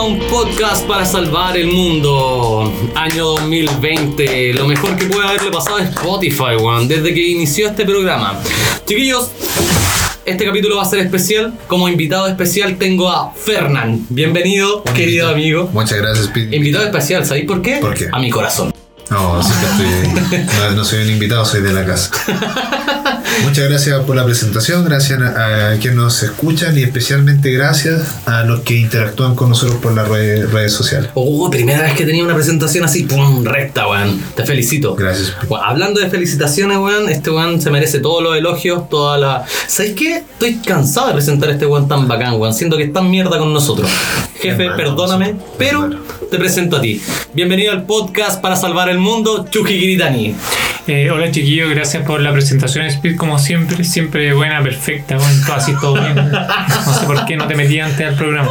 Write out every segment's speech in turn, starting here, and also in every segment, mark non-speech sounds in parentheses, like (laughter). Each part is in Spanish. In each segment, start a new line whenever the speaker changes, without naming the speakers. un podcast para salvar el mundo. Año 2020. Lo mejor que puede haberle pasado a Spotify, weón, desde que inició este programa. Chiquillos, este capítulo va a ser especial. Como invitado especial tengo a Fernán. Bienvenido, querido amigo.
Muchas gracias, Pete.
Invitado especial, ¿sabéis por qué?
¿Por qué?
A mi corazón.
No, sí que estoy- no, no soy un invitado, soy de
(laughs)
la casa. Muchas gracias por la presentación, gracias a, a quienes nos escuchan y especialmente gracias a los que interactúan con nosotros por las redes, redes sociales.
Oh, primera vez que tenía una presentación así, pum, recta, weón. Te felicito.
Gracias.
Bueno, hablando de felicitaciones, weón, este weón se merece todos los elogios, toda la. ¿Sabes qué? Estoy cansado de presentar a este weón tan bacán, weón. Siento que es tan mierda con nosotros. Jefe,
Es malo,
perdóname,
sí, es
pero
malo.
te presento a ti. Bienvenido al podcast para salvar el mundo, Chuji Kiritani.
Eh, hola chiquillos, gracias por la presentación Speed como siempre, siempre buena, perfecta, bueno, todo así todo bien. No sé por qué no te metí antes al programa.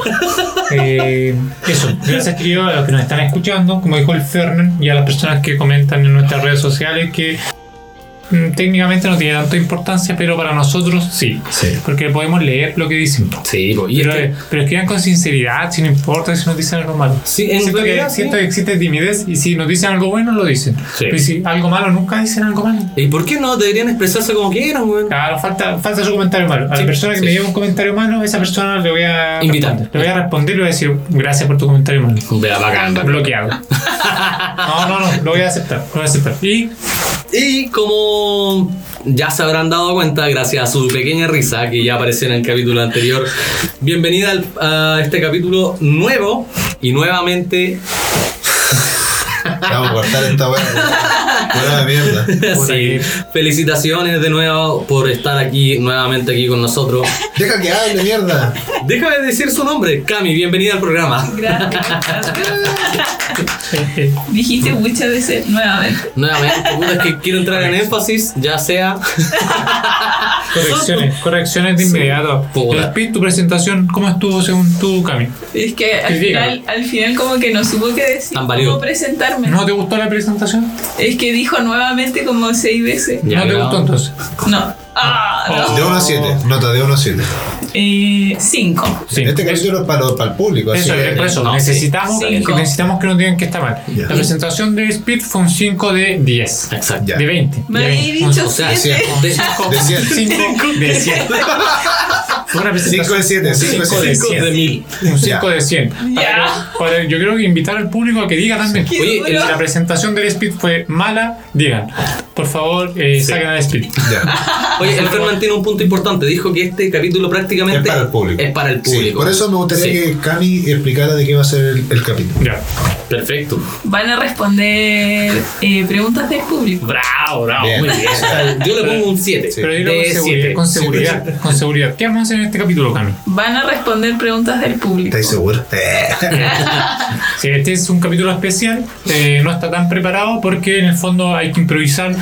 Eh, eso, gracias chiquillos a los que nos están escuchando, como dijo el Fernan, y a las personas que comentan en nuestras redes sociales que mm, técnicamente no tiene tanta importancia, pero para nosotros sí,
Sí.
porque podemos leer lo que dicen.
Sí, po, y
Pero,
es que-
eh, pero escriban con sinceridad, si no importa si nos dicen algo malo.
Sí, en
siento,
realidad,
que,
sí.
siento que existe timidez y si nos dicen algo bueno, lo dicen.
Sí.
Pero si algo malo, nunca dicen algo malo.
¿Y por qué no deberían expresarse como quieran, weón?
Claro, falta, falta su comentario malo. A
Sí,
la persona que
sí.
me lleve un comentario malo, a esa persona le voy a
Invitar.
responder. Le voy a responder y le voy a decir gracias por tu comentario malo.
Vea, bacán, bacán. (laughs)
Bloqueado. No, no, no, lo voy a aceptar. Lo voy a aceptar. Y eh,
Y como ya se habrán dado cuenta, gracias a su pequeña risa que ya apareció en el capítulo anterior, bienvenida al- a este capítulo nuevo y nuevamente. (laughs)
Vamos a cortar esta weá. Buena de mierda.
Sí, felicitaciones de nuevo por estar aquí nuevamente aquí con nosotros.
Deja que hable, mierda.
Déjame decir su nombre, Cami, bienvenida al programa.
eh,
Dijiste muchas veces nuevamente.
Nuevamente, puta, es que quiero entrar en énfasis, ya sea. (laughs)
correcciones, correcciones de inmediato.
Puta.
El speed, tu presentación, ¿cómo estuvo según tu camino?
Es que al
Sí, dígalo.
final, al final como que no supo qué decir,
Tan válido.
cómo presentarme.
¿No te gustó la presentación?
Es que dijo nuevamente como seis veces.
Ya,
¿No te
no.
gustó entonces?
No. Ah,
De 1 a 7, nota de 1 a 7.
Oh.
no. Eh, cinco.
Sí.
Este
Eso-
capítulo es para, para el público, así
Eso,
que.
por eso,
No, sí.
necesitamos,
Cinco.
que necesitamos que no digan que está mal.
Ya.
La presentación de Speed fue un 5 de 10.
Exacto.
Ya.
De 20.
Me
de
había
20. Un
dicho
(laughs) O sea,
siete.
siete.
De- (laughs)
De 100.
5 de 100. Fue una presentación.
5 de 7, 5 de
Cinco de
7.
cinco de mil.
Un 5 de 100.
Ya.
yo creo que invitar al público a que diga también.
Qué
Oye,
duro.
La presentación del Speed fue mala, digan. Por favor, eh, saquen al Speed.
Ya.
Oye, el Fernán tiene un punto importante. Dijo que este capítulo prácticamente
Es para el público.
es para el
Sí,
público.
por eso me gustaría
Sí.
que Cami explicara de qué va a ser el, el capítulo.
Ya.
Perfecto.
Van a responder eh, preguntas del público.
Bravo, bravo.
Bien. (laughs)
Muy bien.
Yo le pongo un 7.
Sí.
Pero dilo con,
de
seguri-
7.
con
Sí, pues.
seguridad. con seguridad. ¿Qué vamos a hacer en este capítulo, Cami?
Van a responder preguntas del público.
¿Estáis seguros?
Sí, este es un capítulo especial, eh, no está tan preparado porque en el fondo hay que improvisar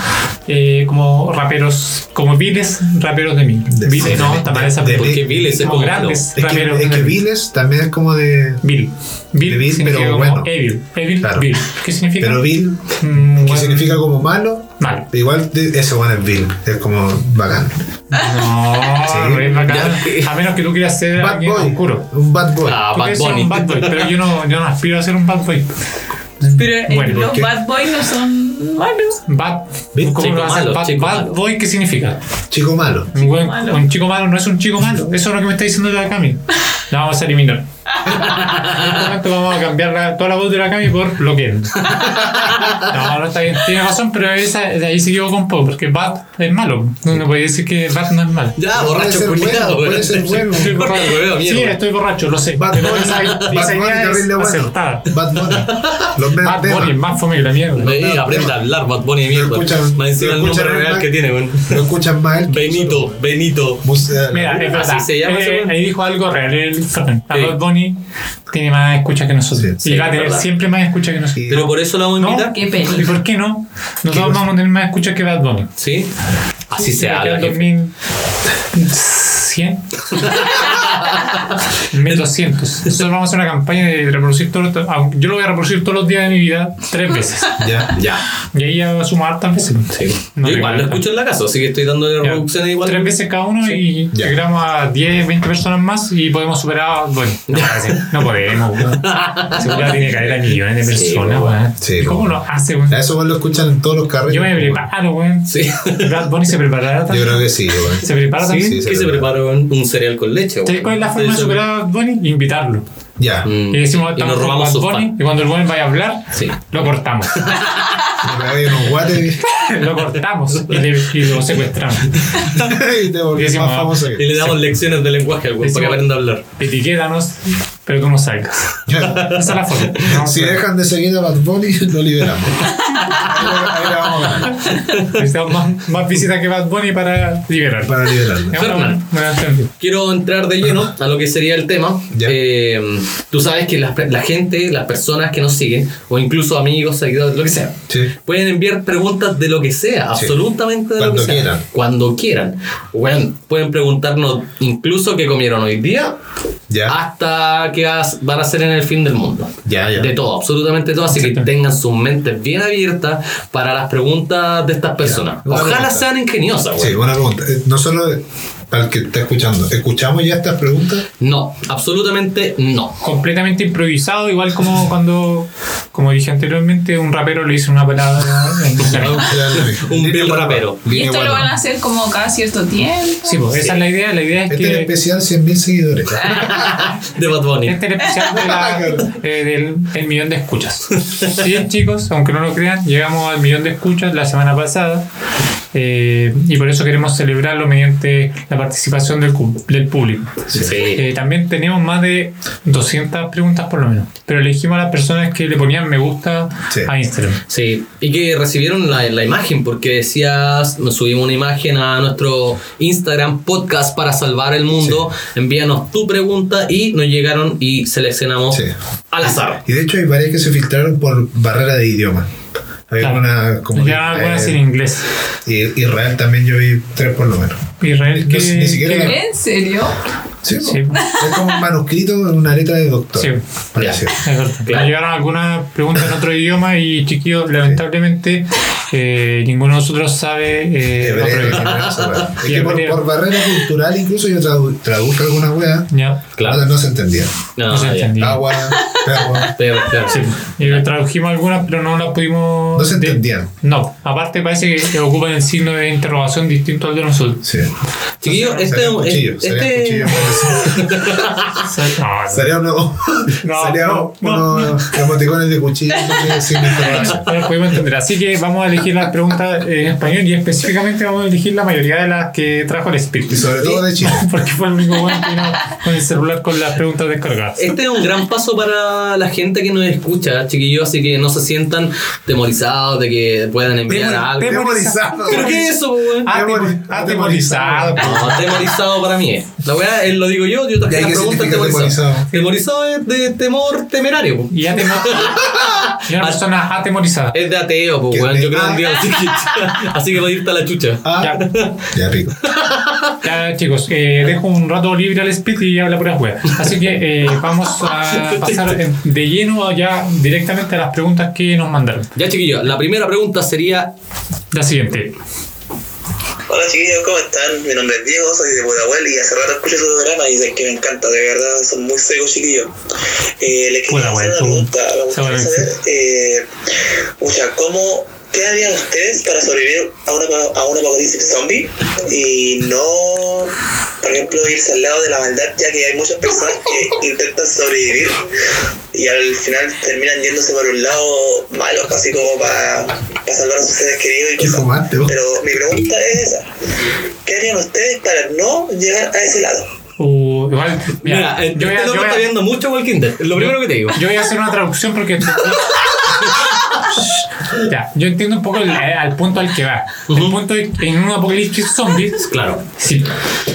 eh, como raperos, como viles raperos de mí.
De-
Viles, no,
de-
está mal
de-
esa
de-
¿Por qué Viles? Es
como
como
grandes
Es que,
raperos.
es que
de-
Viles también es como de.
Vil. Vil
de vil,
significa
pero
como
bueno.
Evil. Evil,
Claro.
vil. ¿Qué significa?
Pero Vil,
Mm,
que
bueno,
significa como malo,
Mal.
igual de- ese bueno es Vil, es como bacán.
No, no es bacán. A menos que tú quieras ser
Bad
alguien
boy.
oscuro.
Un bad boy.
Ah,
Tú
Bad
quieres ser
Bunny.
un bad boy, pero yo no, yo no aspiro a ser un bad boy.
Pero eh,
Bueno,
los
¿qué?
bad boys no son malos.
Bad,
Vil,
¿cómo
chico
lo vas a hacer?
malo,
Bad-
chico
bad
malo.
boy, ¿qué significa?
Chico malo.
Un, buen-
malo.
un chico malo no es un chico malo. Eso es lo que me está diciendo la Cami. La vamos a eliminar. En este momento vamos a cambiar la- toda la voz de la Cami por lo que es. No, no está bien. Tiene razón, pero esa, de ahí se equivocó un poco. Porque Bat es malo. Uno puede decir que Bat no es malo.
Ya,
Puede
borracho
ser
culiado,
bueno, puede ser
(laughs)
bueno.
Estoy borracho.
hueveo,
Sí,
mierda.
estoy borracho, lo sé.
Bad
Pero
Bunny,
esa- esa
Bad
idea
Bunny
es
terrible bueno.
acertada.
Bad Bunny. Los menos
Bad Bunny es
temas.
más fome que la mierda.
Ve, aprende a hablar, Bad Bunny de mierda.
escuchan-
Más encima
lo
el nombre
escuchan
real
hablar.
que tiene, weón.
(laughs) Lo escuchan mal.
Benito, Benito.
eh,
Mira, es verdad.
se llama
Eh,
ese weón.
ahí dijo algo real el Fernan. La
Sí.
Bad Bunny tiene más escucha que nosotros.
Sí,
y
sí,
va a
es
tener
verdad.
siempre más escucha que nosotros.
Pero por eso la vamos a
¿No?
invitar.
Qué pena.
¿Y por qué no? Nosotros vamos a tener más escuchas que Bad Bunny.
Sí. Así se
Será que
habla.
en
jefe.
2100. 1200. Nosotros vamos a hacer una campaña de reproducir todos los. aunque Yo lo voy a reproducir todos los días de mi vida tres veces.
Ya.
Ya.
Y ahí ya va a sumar hartas veces.
Sí.
No
Yo
te
igual lo
creo.
escucho en la casa, así que estoy dando
Ya.
reproducciones igual.
Tres veces cada uno y
Ya.
llegamos a 10, 20 personas más y podemos superar. Bueno, no, no podemos, weón. Seguridad tiene cadera de millones de
Sí,
personas,
weón.
weón.
Sí,
¿Y ¿Cómo
weón.
lo hace, weón?
Eh, A eso vos lo escuchan en todos los carreros.
Yo me preparo, weón.
Sí. (laughs)
Brad Bunny se preparará
Yo
también.
creo que sí, weón.
Se prepara
Sí,
también.
sí,
¿Qué se preparó un cereal con leche?
¿Sabes
güey?
cuál es la forma de
Eso-
superar a Bad Bunny? Invitarlo.
Ya.
Mm.
Y decimos,
Y
estamos
nos
con
robamos
Bad
sus
Bunny,
pan.
y cuando el Bunny vaya a hablar,
Sí. (laughs)
lo cortamos.
Me pegáis unos guates
lo cortamos y, le- y lo secuestramos.
y te volvís
Decimos,
más famoso
Y
(laughs) que.
le damos lecciones de lenguaje al güey para que
Decimos-
aprenda a hablar.
Etiquétanos, pero tú no salgas. Esa es la
(laughs)
forma. Vamos
Si
a-
dejan de seguir a Bad Bunny, (laughs) lo liberamos. Ahí la vamos a ganar.
Necesitamos más, más visitas que Bad Bunny para liberar.
Para liberarlo.
Es una buena- buena alternativa.
Quiero entrar de lleno a lo que sería el tema.
Ya.
Eh, tú sabes que la, la gente, las personas que nos siguen, o incluso amigos, seguidores, lo que sea,
Sí.
pueden enviar preguntas de lo que sea,
Sí.
absolutamente de lo
Cuando
que sea.
quieran.
Cuando quieran. Bueno, pueden preguntarnos incluso qué comieron hoy día,
Ya.
Ah, hasta qué vas- van a hacer en el fin del mundo.
Ya, ya.
De todo, absolutamente todo. Así que
Exacto.
tengan sus mentes bien abiertas para las preguntas de estas personas.
Una
Ojalá
pregunta.
sean ingeniosas, güey.
Sí, buena pregunta. Eh, Nosotros, para el que está escuchando, ¿escuchamos ya estas preguntas?
No, absolutamente
(laughs)
no.
completamente improvisado, igual como cuando, como dije anteriormente, un rapero le hizo una palabra en la-
Un
Línea
bien
guapa.
rapero.
Y
Línea
esto lo
guapa.
van a hacer como cada cierto tiempo.
Sí, pues, esa es la idea, la idea es
Este es el
que
especial 100.000 seguidores.
De Bad Bunny.
este es el especial de
(laughs)
la- eh, del el millón de escuchas. Sí, chicos, aunque no lo crean, llegamos al millón de escuchas la semana pasada eh, y por eso queremos celebrarlo mediante la participación del, cu- del público.
Sí.
Eh, también tenemos más de 200 preguntas por lo menos, pero elegimos a las personas que le ponían me gusta
Sí.
a Instagram.
Sí, y que recibieron la, la imagen, porque decías, nos subimos una imagen a nuestro Instagram podcast para salvar el mundo, envíanos tu pregunta y nos llegaron y seleccionamos
Sí.
al azar.
Y de hecho hay varias que se filtraron por barrera de idioma. Hay
Claro.
alguna como
Ya algunas en
eh,
inglés.
I- Israel también yo vi tres por lo menos.
Israel
No
que...
sé, ni siquiera
que-
la-
¿En serio?
Sí,
Sí.
¿no? es como un manuscrito en una letra de doctor.
Sí.
Parece.
es verdad.
Claro.
Nos llegaron algunas preguntas en otro idioma y chiquillos, lamentablemente eh, ninguno de nosotros sabe eh,
Hebreo,
otro idioma.
general, cerrado. Es
Y
que por,
hebreo.
por barrera cultural incluso yo tradu- traduje algunas weas.
Ya,
Claro.
No, no se entendía.
No,
no se
Ah, ya.
entendía.
Agua, agua.
Pero, pero,
Sí.
(laughs)
Y tradujimos algunas, pero no las pudimos.
No se
de-
entendían.
No, aparte parece que ocupan el signo de interrogación distinto al de nosotros.
Sí.
Chiquillo, este,
Salía un cuchillo,
este-
salía un cuchillo. Ah,
No,
Salía uno. (laughs)
No,
salía
no, no,
unos emoticones de cuchillo sin
(laughs)
interrogación.
No lo pudimos entender. Así que vamos a elegir las preguntas en español y específicamente vamos a elegir la mayoría de las que trajo el
Y
espíritu.
sobre todo de Chile.
Porque fue el único bueno que vino con el celular con las preguntas descargadas.
(laughs)
Eh,
Este es un gran paso para la gente que nos escucha, chiquillos, así que no se sientan temorizados de que puedan enviar
Temor-
algo.
tem-
Memorizado.
¿Pero qué es eso, weón?
Atemor- Atemorizado.
No, temorizado para mí es. La weá, él lo digo yo, yo
¿Y
también
ahí
la
qué
pregunta
significa
temorizado. Temorizado es de temor temerario. po.
Y
(laughs)
atemo- y una persona atemorizada.
Es de ateo, po,
Que
weón.
te-
Yo creo
ah.
un día así que, (laughs) así que va a irte a la chucha.
Ah,
Ya,
ya pico.
ya, chicos, eh, dejo un rato libre al Speed y habla puras hueá. Así que eh, vamos
(laughs)
a pasar eh, de lleno ya directamente a las preguntas que nos mandaron.
Ya, chiquillos, la primera pregunta sería.
La siguiente.
Hola chiquillos, ¿cómo están? Mi nombre es Diego, soy de Pudahuel y hace rato escucho su programa y dicen que me encanta, de verdad, son muy secos chiquillos. Eh, les quería
Pudahuel,
hacer una
tú.
pregunta, me gustaría
Seguramente.
saber, eh, mucha, ¿cómo, ¿qué harían ustedes para sobrevivir a una, a un apocalipsis zombie y no, por ejemplo, irse al lado de la maldad, ya que hay muchas personas que intentan sobrevivir y al final terminan yéndose para un lado malo, así como para, para salvar a sus seres queridos y
Qué
cosas?
fumante, vos.
Pero mi pregunta es esa. ¿Qué harían ustedes para no llegar a ese lado?
Uh, igual, mira,
Mira, eh,
yo voy a-
este
yo
loco
voy a-
está viendo mucho Walking Dead. Es lo primero que te
(laughs)
digo.
Yo voy a hacer una
(laughs)
traducción porque. ya, yo entiendo un poco el, eh, al punto al que va. El
Ujú.
punto es que en un apocalipsis zombies,
Claro.
sí,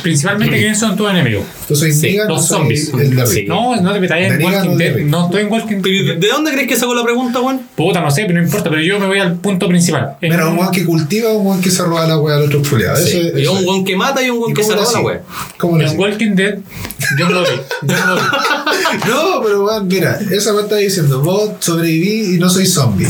principalmente quiénes son tus enemigos.
Tú soy
Sí,
Negan,
los
yo soy
zombies.
el Larry.
Sí.
No, no te metáis en
Daniel
Walking Dead.
Radcliffe.
No estoy en Walking
Pero, ¿y ¿De
Dead.
de dónde crees que sacó la pregunta, weón?
Puta, no sé, pero no importa. Pero yo me voy al punto principal. En
Mira, un
un-
guan que cultiva, un guan que se roba la wea al otro culiado.
Sí.
Eso,
Y
eso
un guan que mata y un
¿Y
guan que
cómo
se
lo
roba la
hacía?
wea.
¿Cómo lo
en
hacía?
Walking Dead, yo no lo vi. Yo no
(laughs)
lo vi.
(laughs) No, pero weón, mira, esa weá está diciendo, vos sobreviví y no soy zombie.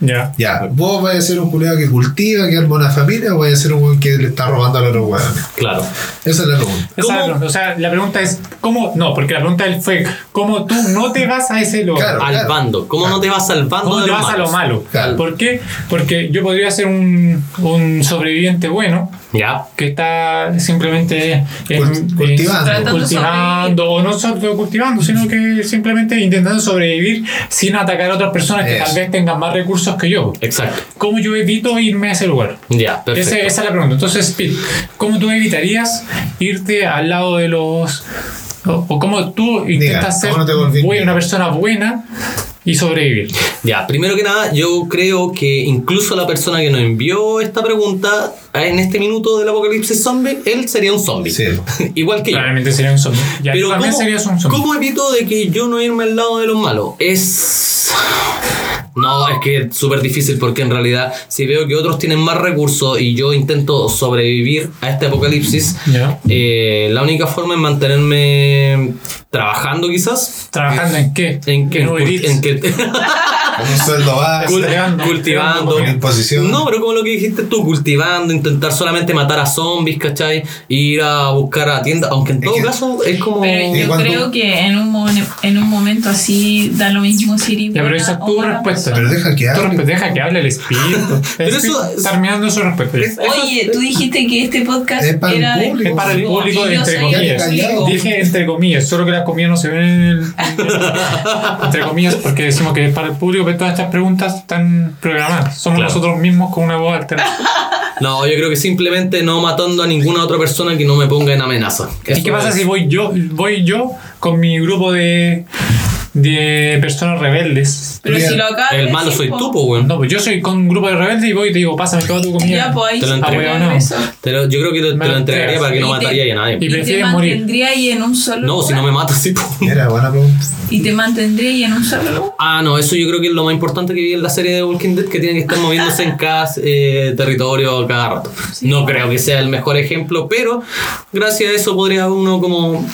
Ya.
Ya, vos vas a ser un culiado que cultiva, que arma una familia, o vas a ser un weón que le está robando a los otros weones.
Claro.
Esa es la pregunta.
Esa es la
¿Cómo?
pregunta. O sea, la pregunta es, ¿cómo? No, porque la pregunta él fue, ¿cómo tú no te vas a ese lugar?
Claro,
Al
claro.
bando. ¿Cómo no te vas salvando
¿Cómo
de
te
los
vas a lo
malos?
malo?
Claro.
¿Por qué? Porque yo podría ser un, un sobreviviente bueno
Ya.
que está simplemente en-
Cult-
en-
cultivando.
Tratando de
cultivando, o no solo cultivando, sino que simplemente intentando sobrevivir sin atacar a otras personas que
Eso.
tal vez tengan más recursos que yo.
Exacto.
¿Cómo yo evito irme a ese lugar?
Ya, perfecto.
Ese- esa es la pregunta. Entonces, Pete, ¿cómo tú evitarías irte al lado de los... O, o cómo tú intentas
¿cómo no te
ser
volví
buena-
nigga?
una persona buena y sobrevivir?
Ya, primero que nada, yo creo que incluso la persona que nos envió esta pregunta, en este minuto del apocalipsis zombie, él sería un zombie.
Sí.
(laughs) Igual que yo.
Claramente sería un zombie. Ya, tú también serías un zombie.
¿Cómo evito de que yo no irme al lado de los malos? Es. No, es que es súper difícil porque en realidad, si veo que otros tienen más recursos y yo intento sobrevivir a este apocalipsis,
Ya.
eh, la única forma es mantenerme trabajando, quizás.
¿Trabajando en qué?
En que,
En Uber Eats.
en
(laughs)
que-
Con un sueldo base,
Creando,
cultivando.
con imposición.
No, pero como lo que dijiste tú, cultivando, intentar solamente matar a zombies, ¿cachai? Ir a buscar a tiendas, aunque en todo
que-
caso es como...
Pero
Y
yo
cuando-
creo que en un, mo- en un momento así da lo mismo si eres
Ya, pero
buena
esa es
o
tu
mala
respuesta.
Pero deja que
Tú
hable.
respe- deja que hable
(laughs)
el espíritu. El
Pero eso-
espíritu está terminando su respuesta.
Es-
persona. Oye, tú dijiste que este podcast
Es para el
era del
público.
Es para el público,
y yo
entre
soy
comillas.
el público.
Dije entre comillas, solo que las comillas no se ven en
(laughs)
el. entre comillas, porque decimos que es para el público, pero todas estas preguntas están programadas. Somos
Claro.
nosotros mismos con una voz alternativa.
No, yo creo que simplemente no matando a ninguna otra persona que no me ponga en amenaza.
¿Y qué pasa si voy yo, voy yo con mi grupo de, de personas rebeldes?
Pero si lo acabas de
El malo
decir,
soy
po.
tú, po, weón.
No, pues yo soy con un grupo de rebeldes y voy y te digo, pásame toda tu comida.
Ya, pues ahí
Te lo
sí,
entrego.
weón,
Ah, bueno.
eso.
Te lo- yo creo que te, te
Me
lo
lo
entregaría
entregas.
para que no
Y te-
mataría a nadie.
y-
Y, te
prefieres morir.
mantendría ahí en un solo
No, si no me
lugar.
matas, sí, po.
Mira, buena pregunta.
Y te mantendría ahí en un solo lugar.
Ah, no, eso yo creo que es lo más importante que vi en la serie de Walking Dead, que tienen que estar moviéndose en cada eh, territorio cada rato. No creo que sea el mejor ejemplo, pero gracias a eso podría uno como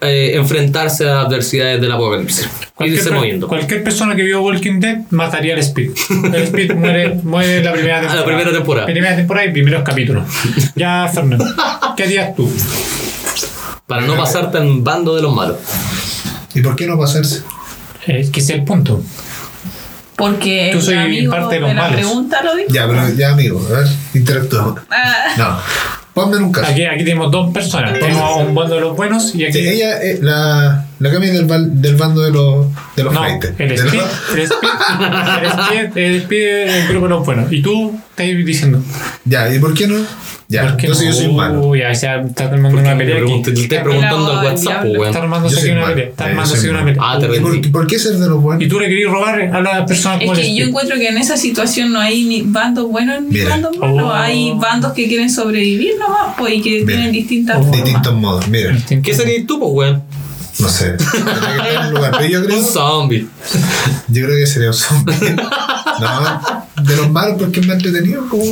eh, enfrentarse a adversidades del apocalipsis. Irse
per-
moviendo.
cualquier persona que vio Walking Dead mataría al
(laughs)
Speed. El Speed muere, muere la primera temporada.
primera temporada.
Primera temporada y
(laughs)
primeros capítulos. Ya, Fernando, ¿qué harías tú?
Para no pasarte en bando de los malos.
¿Y por qué no pasarse?
Es que ese es el punto.
Porque
Tú
el
soy
amigo
parte de los
la
malos.
pregunta lo dijo.
Ya, pero ya, amigo, a ver, interactuamos.
Ah,
No, ponme en un caso.
Aquí, aquí tenemos dos personas. Tenemos a un bando de los buenos y aquí.
Sí, ella, eh, la, la Cami es del, val- del bando de los, de los
no,
freites.
el
De
Speed.
los-
El Speed. El Speed, el Speed es el grupo de los buenos. Y tú estás diciendo.
Ya, ¿y por qué no? Ya,
¿por qué
entonces
no?
yo soy humano.
Uy, ahí se está armando
Porque
una
me
pelea. aquí.
pregunté- te estoy preguntando al WhatsApp, po,
Está
weón.
armándose
Yo
aquí
soy
una
malo.
pelea. Está
Ya, yo
armándose
soy
una
malo.
pelea.
Ah, te
¿Y por, por qué ser de los
Y
buenos?
tú le querías robar a las
Ah,
personas
es
como el
que yo
Speed.
encuentro que en esa situación no hay ni bandos buenos ni
este? Mira.
bandos malos.
Oh.
Hay bandos que quieren sobrevivir nomás pues, y que
Mira.
tienen distintas
Oh.
De
formas.
distintos modos, mira,
¿Qué serías tú, pues, weón?
no sé.
(laughs)
Tendría que estar en un lugar, Pero yo creo,
Un zombie.
yo creo que sería un
(laughs)
zombie. No, de los malos porque es más entretenido. como-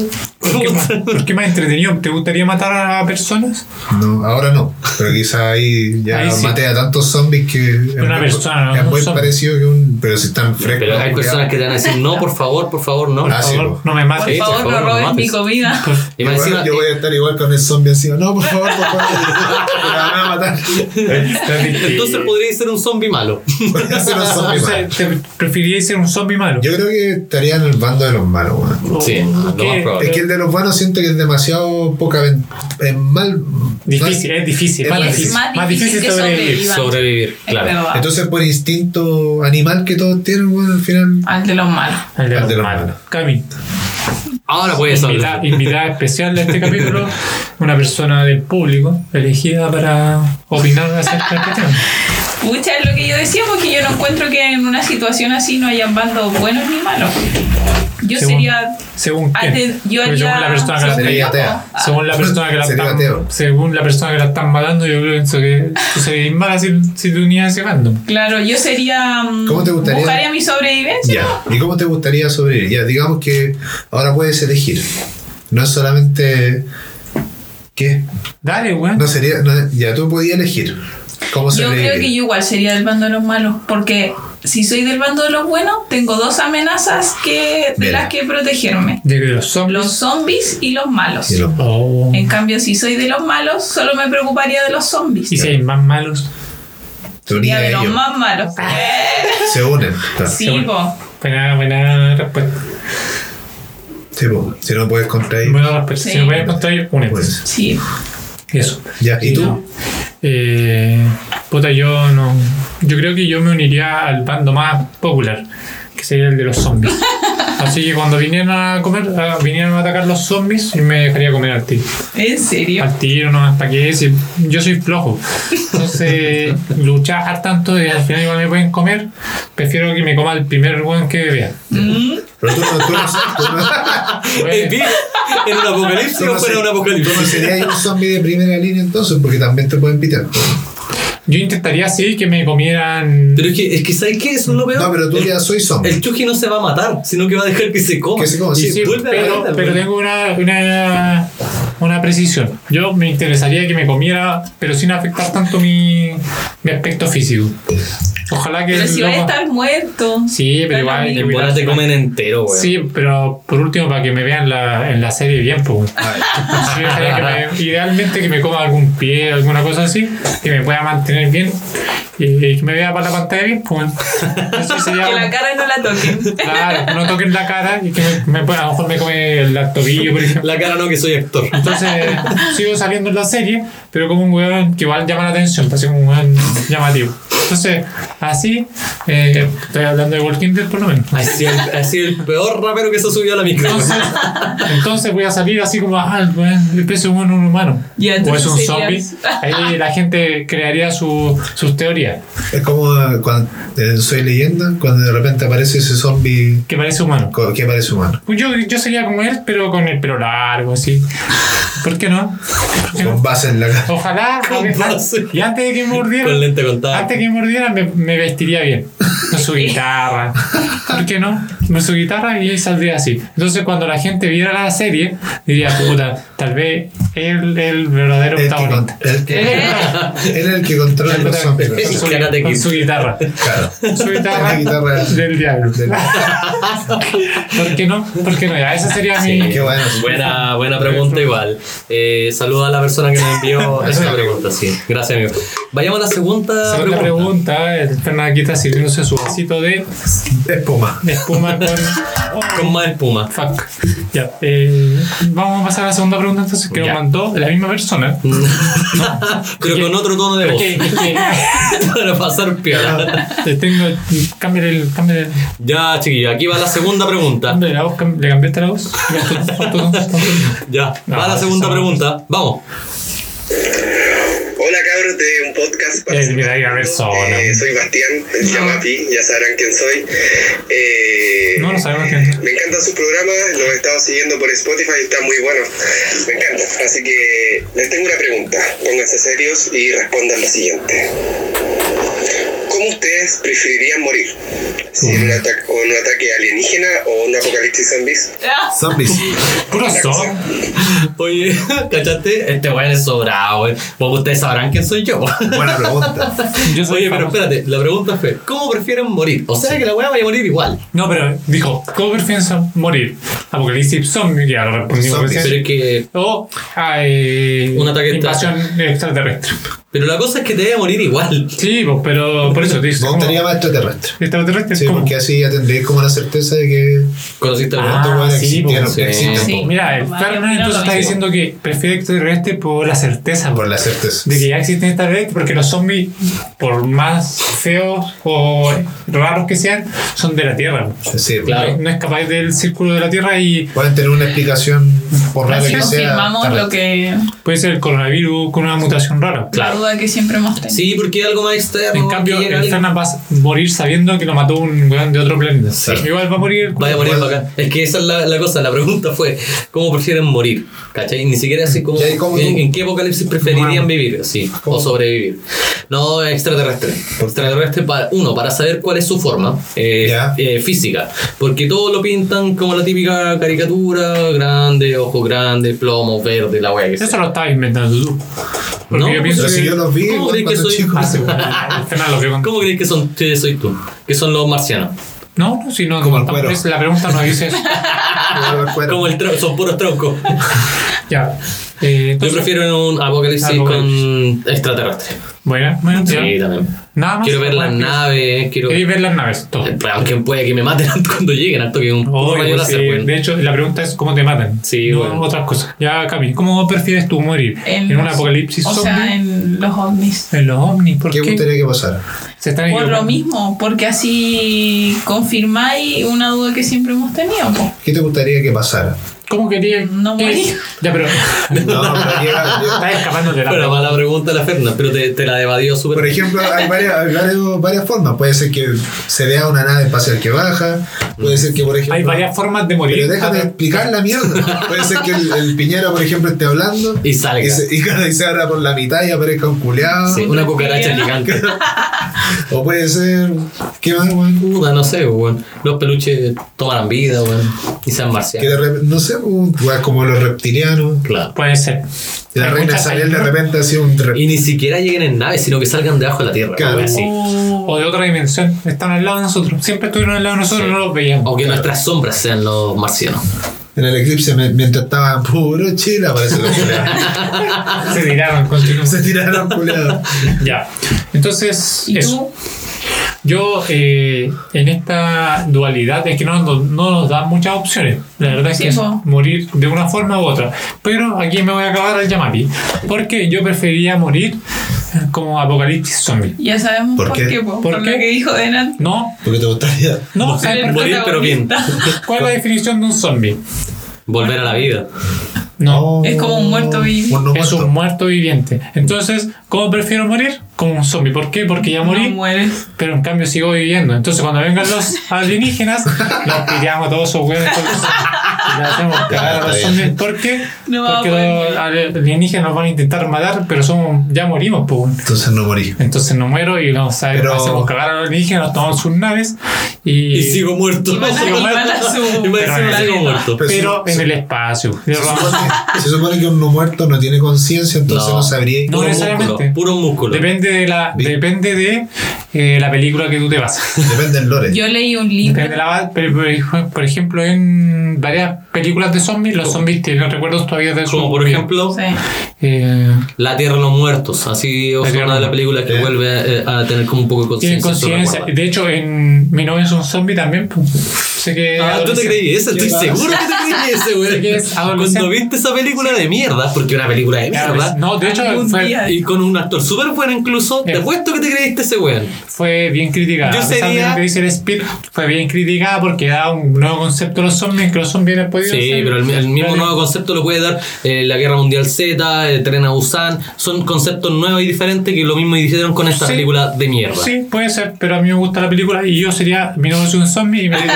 ¿Por qué, más, por qué más entretenido? ¿Te gustaría matar a personas?
No, ahora no. Pero quizá ahí ya
Ahí sí.
maté a tantos zombies que
Una
es muy-
persona,
es
un
muy
zombie.
parecido que un. Pero si están frescos.
Pero hay personas que te van a decir, no, por favor, por favor, no.
Ah,
Por
sí,
favor,
po.
no me
Por
Sí,
mates.
por
favor,
favor,
no
no
robes
mates.
mi
(laughs)
comida.
Por-
Y más
Igual,
encima,
yo voy a estar igual con el zombie así. No, por favor, por favor. Me la van a
(laughs)
matar.
(laughs) entonces podría ser un zombie malo.
Voy a ser un zombie
O sea,
malo.
¿Te preferirías ser un zombie malo?
Yo creo que estaría en el bando de los malos, weón.
Sí,
¿Qué?
lo más probable.
Es que el de los buenos siento que es demasiado poca. ven- Es mal.
Difícil, es difícil.
Es
Más
más
difícil.
difícil
Más difícil
que
sobrevivir.
sobrevivir.
Sobrevivir,
Es
claro.
verdad.
Entonces, por instinto animal que todos tienen, weón, al final.
Al de los malos.
El de
Al de
los
los
malos.
malos.
Cami,
Ahora puedes
invitada,
(laughs) hablar.
invitada especial de
(laughs)
este capítulo, una persona del público elegida para opinar acerca de este tema.
Pucha, es lo que yo decía, porque yo no encuentro que en una situación así no hayan bandos buenos ni malos. Yo
Según-
sería.
Según, quién.
ate- yo
Porque
haría.
según la persona que la
según
Sería
yo,
atea.
ah,
Según la persona que
(laughs)
la
Sería
están,
ateo.
según la persona que la están matando, yo pienso que tú (laughs) serías mala si, si te unías a ese fandom.
Claro, yo sería. mm,
¿Cómo te gustaría?
Buscaría mi sobrevivencia.
Ya. ¿Y cómo te gustaría sobrevivir? Ya, digamos que ahora puedes elegir. No es solamente. ¿Qué?
Dale, weón.
No sería. no- ya, tú podías elegir cómo
Yo
sobrevivir.
creo que yo igual sería del bando de los malos, porque si soy del bando de los buenos, tengo dos amenazas que, de
Mira.
las que protegerme.
De que los zombies.
Los zombies y los malos.
Y lo-
Oh.
En cambio, si soy de los malos, solo me preocuparía de los zombies.
Y si hay más malos.
te
Sería
unías a
de los
ellos.
más malos.
Se unen. claro.
Sí,
Según-
po.
Buena, buena respuesta.
Sí, po. Si no puedes contraer.
Buena respuesta.
Sí.
Si me voy a encontrar, únete.
Pues,
Sí.
Eso.
ya. ¿Y tú?
no. Eh, puta, yo no. Yo creo que yo me uniría al bando más popular, que sería el de los
(laughs)
zombies. Así que cuando vinieran a comer, a- vinieran a atacar los zombies, me dejaría comer al tiro.
¿En serio?
Al tiro, no, hasta que si- yo soy flojo.
(laughs)
Entonces, luchar tanto y al final igual me pueden comer, prefiero que me coma el primer weón que vea.
(laughs) Mm.
Pero tú no, tú no,
(laughs)
tú no-
El Big en un apocalipsis
tú
no
no
fuera
ser-
un
tú no
apocalipsis.
serías un zombie de primera línea entonces, porque también te pueden pitar.
Yo intentaría sí que me comieran.
Pero es que, es que ¿sabes qué? Eso es lo peor.
No, pero tú ya soy zombie.
El Chucky no se va a matar, sino que va a dejar que se coma.
Que se coma,
Y
sí,
Sí,
vuelve a la
pero,
vida,
pero
güey.
tengo una, una, una precisión. Yo me interesaría que me comiera, pero sin afectar tanto mi, mi aspecto físico. Ojalá que.
Pero si
lo-
vas a estar muerto.
Sí, pero
Está
igual.
lo
hay que
mismo.
En bola te
cuidarse.
comen entero, güey.
Sí, pero por último, para que me vean la, en la serie bien, pues. (laughs) Sí, ojalá que me- idealmente que me coma algún pie, alguna cosa así, que me pueda mantener bien y, y que me vea para la pantalla bien, pues. Eso
(laughs)
sería
Que la
como-
cara no la
(laughs)
toquen.
Claro, no toquen la cara y que me, me pueda- a lo mejor me come el tobillo, por ejemplo.
La cara no, que soy actor.
Entonces sigo saliendo en la serie, pero como un weón que igual llama la atención, parece como un weón llamativo. Entonces, así, eh, estoy hablando de Walking Dead por lo menos.
Así el, así el peor rapero que se ha subido a la micro. (laughs)
Entonces, entonces voy a salir así como, ah, el weón, el pez es un un humano.
Y
o es
entonces
un zombie.
serías-
Ahí la gente crearía su, sus teorías,
Es como eh, cuando eh, soy leyenda, cuando de repente aparece ese zombie
que parece humano.
co- que parece humano.
Pues Yo, yo sería como él, pero con el pelo largo, así. ¿Por qué no? ¿Por qué no?
Con base en la
(laughs)
cara.
Ojalá.
Con
ojalá.
base.
Y antes de que me
Con
mordieran,
lente contada.
antes de que me mordieran, me, me vestiría bien. Con su guitarra. ¿Por qué no? Con su guitarra y saldría así. Entonces, cuando la gente viera la serie, diría, puta, tal vez él el verdadero
El que, con-
protagonista.
el que-
Eh,
él es el que controla los zombies.
Con su,
Karate
con
Kid.
su guitarra.
Claro.
Su
La
guitarra,
guitarra
del diablo.
del-
¿Por qué no? ¿Por qué no? Ya, esa sería mi.
Qué bueno.
Buena, buena pregunta igual. Eh, saluda a la persona que nos
(laughs)
envió esa pregunta, sí. Gracias, amigo. Vayamos a la segunda
Segunda
pregunta.
pregunta, el Fernandaquita sirviéndose su vasito de (laughs)
Espuma.
espuma con.
Con más
(laughs)
espuma.
Fuck. Ya. eh, vamos a pasar a la segunda pregunta entonces que
Ya.
nos mandó la misma persona.
Pero con otro tono de
Es
voz. (laughs)
que, es que-
Para pasar piola.
te tengo. Cámbiale el. Cámbiale, el-
Ya, chiquillo, aquí va la segunda pregunta.
cámbiale la voz. cam- ¿Le cambiaste la voz? Ya, tú- tú- tú- tú- tú-
Ya,
No,
va la
sí,
segunda
somos-
pregunta. Vamos.
Hola cabros de un podcast
Eh, mira, diga, a ver, Sona.
Eh, soy Bastián, el Chamapi, ya sabrán quién soy. Eh,
No, no sabemos quién es.
Me encantan sus programas, los he estado siguiendo por Spotify y están muy buenos. Me encanta. Así que les tengo una pregunta. Pónganse serios y respondan lo siguiente. ¿Cómo ustedes preferirían morir? ¿Si en un, ata- o en un ataque alienígena o en un apocalipsis zombies?
ah,
Zombies.
Puro son.
Oye, (laughs) ¿cachaste? Este weón es sobrado, eh. Porque ustedes sabrán quién soy yo.
Buena pregunta.
(laughs) Yo soy
Oye, pero
famoso.
espérate, la pregunta fue, ¿cómo prefieren morir? O sea que la weá vaya a morir igual.
No, pero dijo, ¿cómo piensa morir? Apocalipsis zombie, ya lo respondimos.
Zombies.
recién.
Pero es que.
O ah, eh,
Un ataque
invasión extraterrestre.
Pero la cosa es que te vaya a morir igual.
Sí, pues, pero por eso te dice.
Me
¿cómo?
gustaría más extraterrestre.
Extraterrestre.
Sí,
¿cómo?
porque así ya tendréis como la certeza de que
Conociste la
Ah,
tanto bueno
sí,
existieron,
pues, sí.
existen,
Sí.
po,
Mira, el
Vale,
Fernan
mira
entonces
lo
está
mismo.
diciendo que prefiere extraterrestre por la certeza
por la certeza.
de que ya existen extraterrestres, porque los zombies, por más feos o raros que sean, son de la Tierra.
Sí, po.
Claro.
No es capaz del círculo de la Tierra y
Pueden tener una explicación por rara
Así
que sea.
confirmamos
terrestre.
lo que.
puede ser el coronavirus con una mutación rara.
Claro.
duda que siempre hemos tenido.
Sí, porque es algo más externo.
En
que
cambio,
llega
el
alguien-
Fernan va a morir sabiendo que lo mató un weón de otro planeta.
Sí.
Igual va a morir. el
Vaya a morir bacán. Es que esa es la, la cosa, la pregunta fue, ¿cómo prefieren morir? ¿Cachai? Ni siquiera así como,
Ya, ¿y cómo
¿en,
tú?
en qué apocalipsis preferirían
Humano.
vivir? Sí,
¿Cómo?
o sobrevivir. No, extraterrestre. Extraterrestre, para, uno, para saber cuál es su forma eh,
Ya.
eh, física. Porque todo lo pintan como la típica caricatura, grande, ojos grandes, plomo, verde, la wea que sea.
Eso lo estabas inventando tú. Porque
No,
yo pienso
Pero si
que.
yo los vi
¿Cómo
igual
crees que
cuando
soy-
chico.
Ah, sí, bueno, el Fernan lo que con-
¿Cómo crees que son, que soy tú? Que son los marcianos.
No, no, si no.
Como el
tampoco
cuero.
es- La pregunta no dice
(laughs)
eso.
Pero los cuernos.
Como el trau- son puros
(laughs)
troncos.
ya. Eh,
Yo
entonces-
prefiero un apocalipsis con extraterrestre.
Bueno, bueno, ya.
Sí, también.
Nada más.
Quiero ver las naves, quiero.
Queréis ver las naves. Todo.
Eh, Aunque puede que me maten (laughs) cuando lleguen, alto que un
Obvio, pues,
rayo
sí.
láser, pues. weón.
De hecho, la pregunta es cómo te matan.
Sí,
no
bueno.
otras cosas. Ya, Cami, ¿cómo prefieres tú morir? ¿En, un
los-
apocalipsis
O
zombie?
sea, en los ovnis.
en los ovnis, ¿por
¿Qué
qué?
gustaría que pasara?
Se están
Por lo
equivocando.
mismo, porque así confirmáis una duda que siempre hemos tenido. po.
¿Qué te gustaría que pasara?
¿Cómo querías?
No
¿Qué?
morir.
(laughs) Ya, pero
No, pero llega-
estás escapando de la.
Pero mala pregunta la Fernanda, pero te, te la evadió súper.
Por ejemplo, hay varias, hay varios- varias formas. Puede ser que se vea una nave espacial que baja. Puede ser que, por ejemplo.
Hay varias formas de morir. Ah,
Pero déjame explicar la mierda. Puede ser que el, el Piñera, por ejemplo, esté hablando.
Y salga.
Y se, y claro, y se abra por la mitad y aparezca un culeado.
Sí, una cucaracha gigante.
(laughs) O puede ser. ¿Qué más, weón?
Puta, no sé, weón. Los peluches tomarán vida, weón. Y sean
Que
marcianos.
de repente, no sé, un- weón, como los reptilianos.
Claro.
Puede ser.
Y la
Hay
reina
muchas-
Isabel de repente así un. rep-
Y ni siquiera lleguen en naves, sino que salgan debajo de la tierra.
Claro.
weón, así.
Oh,
O de otra dimensión. Están al lado de nosotros. Siempre estuvieron al lado de nosotros,
Sí.
no los veíamos.
O que nuestras sombras sean los marcianos.
En el eclipse, me- mientras estaban puro chile, aparece los
(laughs)
culeados.
Ah.
Se tiraban, continuamente.
(laughs) Se tiraron culeados.
Ya. Entonces,
¿Y
eso.
tú?
Yo, eh, en esta dualidad, es que no, no- no nos dan muchas opciones. La verdad es
Sí,
que es
po.
morir de una forma u otra. Pero aquí me voy a acabar al Yamati. Porque yo preferiría morir como apocalipsis zombie.
Ya sabemos
¿Por
por,
qué?
qué, po,
¿Por
por
qué?
lo que dijo Denan.
No,
Porque te gustaría.
no,
Ser el
morir, pero bien.
protagonista.
¿cuál es la definición de un zombie?
Volver a la vida.
No,
Es como un muerto vivo.
Un no
es
muerto.
un muerto viviente. Entonces, ¿cómo prefiero morir? Como un zombie. ¿Por qué? Porque ya morí.
No mueres.
pero en cambio sigo viviendo. Entonces, cuando vengan
(laughs)
los alienígenas, los pillamos a todos esos huevos y los hacemos cagar a los zombies. ¿Por qué?
No va a
Porque los alienígenas nos van a intentar matar, pero somos, ya morimos, pues. bueno.
Entonces no morí.
Entonces no muero y nos
Pero-
hacemos cagar a los alienígenas, nos tomamos sus naves y.
Y sigo muerto.
Y van a-
Sigo (laughs)
y van a
muerto.
su-
Y más
Pero
encima
no.
sigo muerto.
pero en el espacio.
Se supone, (laughs) se supone que un no muerto no tiene conciencia, entonces
No.
no, sabría.
No
Puro
necesariamente.
músculo, Puro músculo.
Depende de la,
Vi-
depende de eh, la película que tú te vas.
(laughs)
Depende del lore.
Yo leí un libro.
Depende de la- pero, pero, Por ejemplo, en varias películas de zombies, los zombies tienen recuerdos todavía de su
Como por
vida.
ejemplo,
Sí.
Eh,
La Tierra de los Muertos. Así es
Tierra
una de las
no.
películas que
Eh.
vuelve eh, a tener como un poco de
tienen
conciencia.
conciencia.
sobre la
De hecho, en Mi novia es un zombie también. pues, sé que.
guarda. Ah, tú te creí esa, estoy
Yo-
seguro que te creí esa,
Sí, que
güey.
es adolescente.
Cuando viste esa película de mierda, porque una película de
Claro,
mierda,
No, de hecho,
Algún
fue,
día.
y con un actor súper bueno incluso, te
Eh.
apuesto que te creíste ese weón.
fue bien criticada.
Yo
A pesar de
sería-
lo que dice el Speed, fue bien criticada porque da un nuevo concepto a los zombies que los zombies no han podido
Sí,
hacer.
pero el, el mismo
Claro.
nuevo concepto lo puede dar eh, la Guerra Mundial Z, el Tren a Busan, son conceptos nuevos y diferentes que lo mismo hicieron con esta
Sí.
película de mierda.
Sí, puede ser, pero a mí me gusta la película y yo sería mi novio es un zombie y me
(laughs)
digo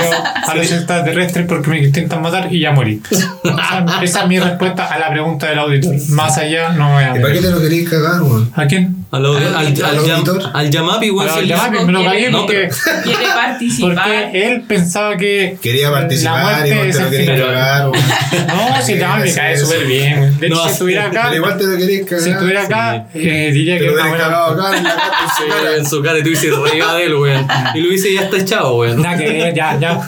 a los extraterrestres porque me intentan matar y
(laughs)
ya morí. Esa, esa es mi respuesta a la pregunta del auditor. Más allá no me voy a
¿Y para qué
meter.
te lo queréis cagar, weón?
¿A quién?
Al, al, al, al,
¿Al
llam-
auditor?
al Yamapi, weón,
Bueno,
si el-
ya, me lo cagué
No,
porque,
Quiere participar.
porque él pensaba que.
Quería participar y
la muerte
vos
es
te lo
el
queréis
final.
cagar, weón.
No, si el Yamapi me cae
Eso.
súper bien. De hecho,
No,
si estuviera acá,
Pero igual te lo queréis cagar.
si estuviera acá, eh, diría
Te
que
lo
es una
hubieras
buena.
cagado acá. en
(laughs)
la cara, en su
Sí,
cara.
en su cara y tú dices arriba de él, weón. Y lo dice ya está echado, weón.
Nada que ver, ya, ya.
(laughs)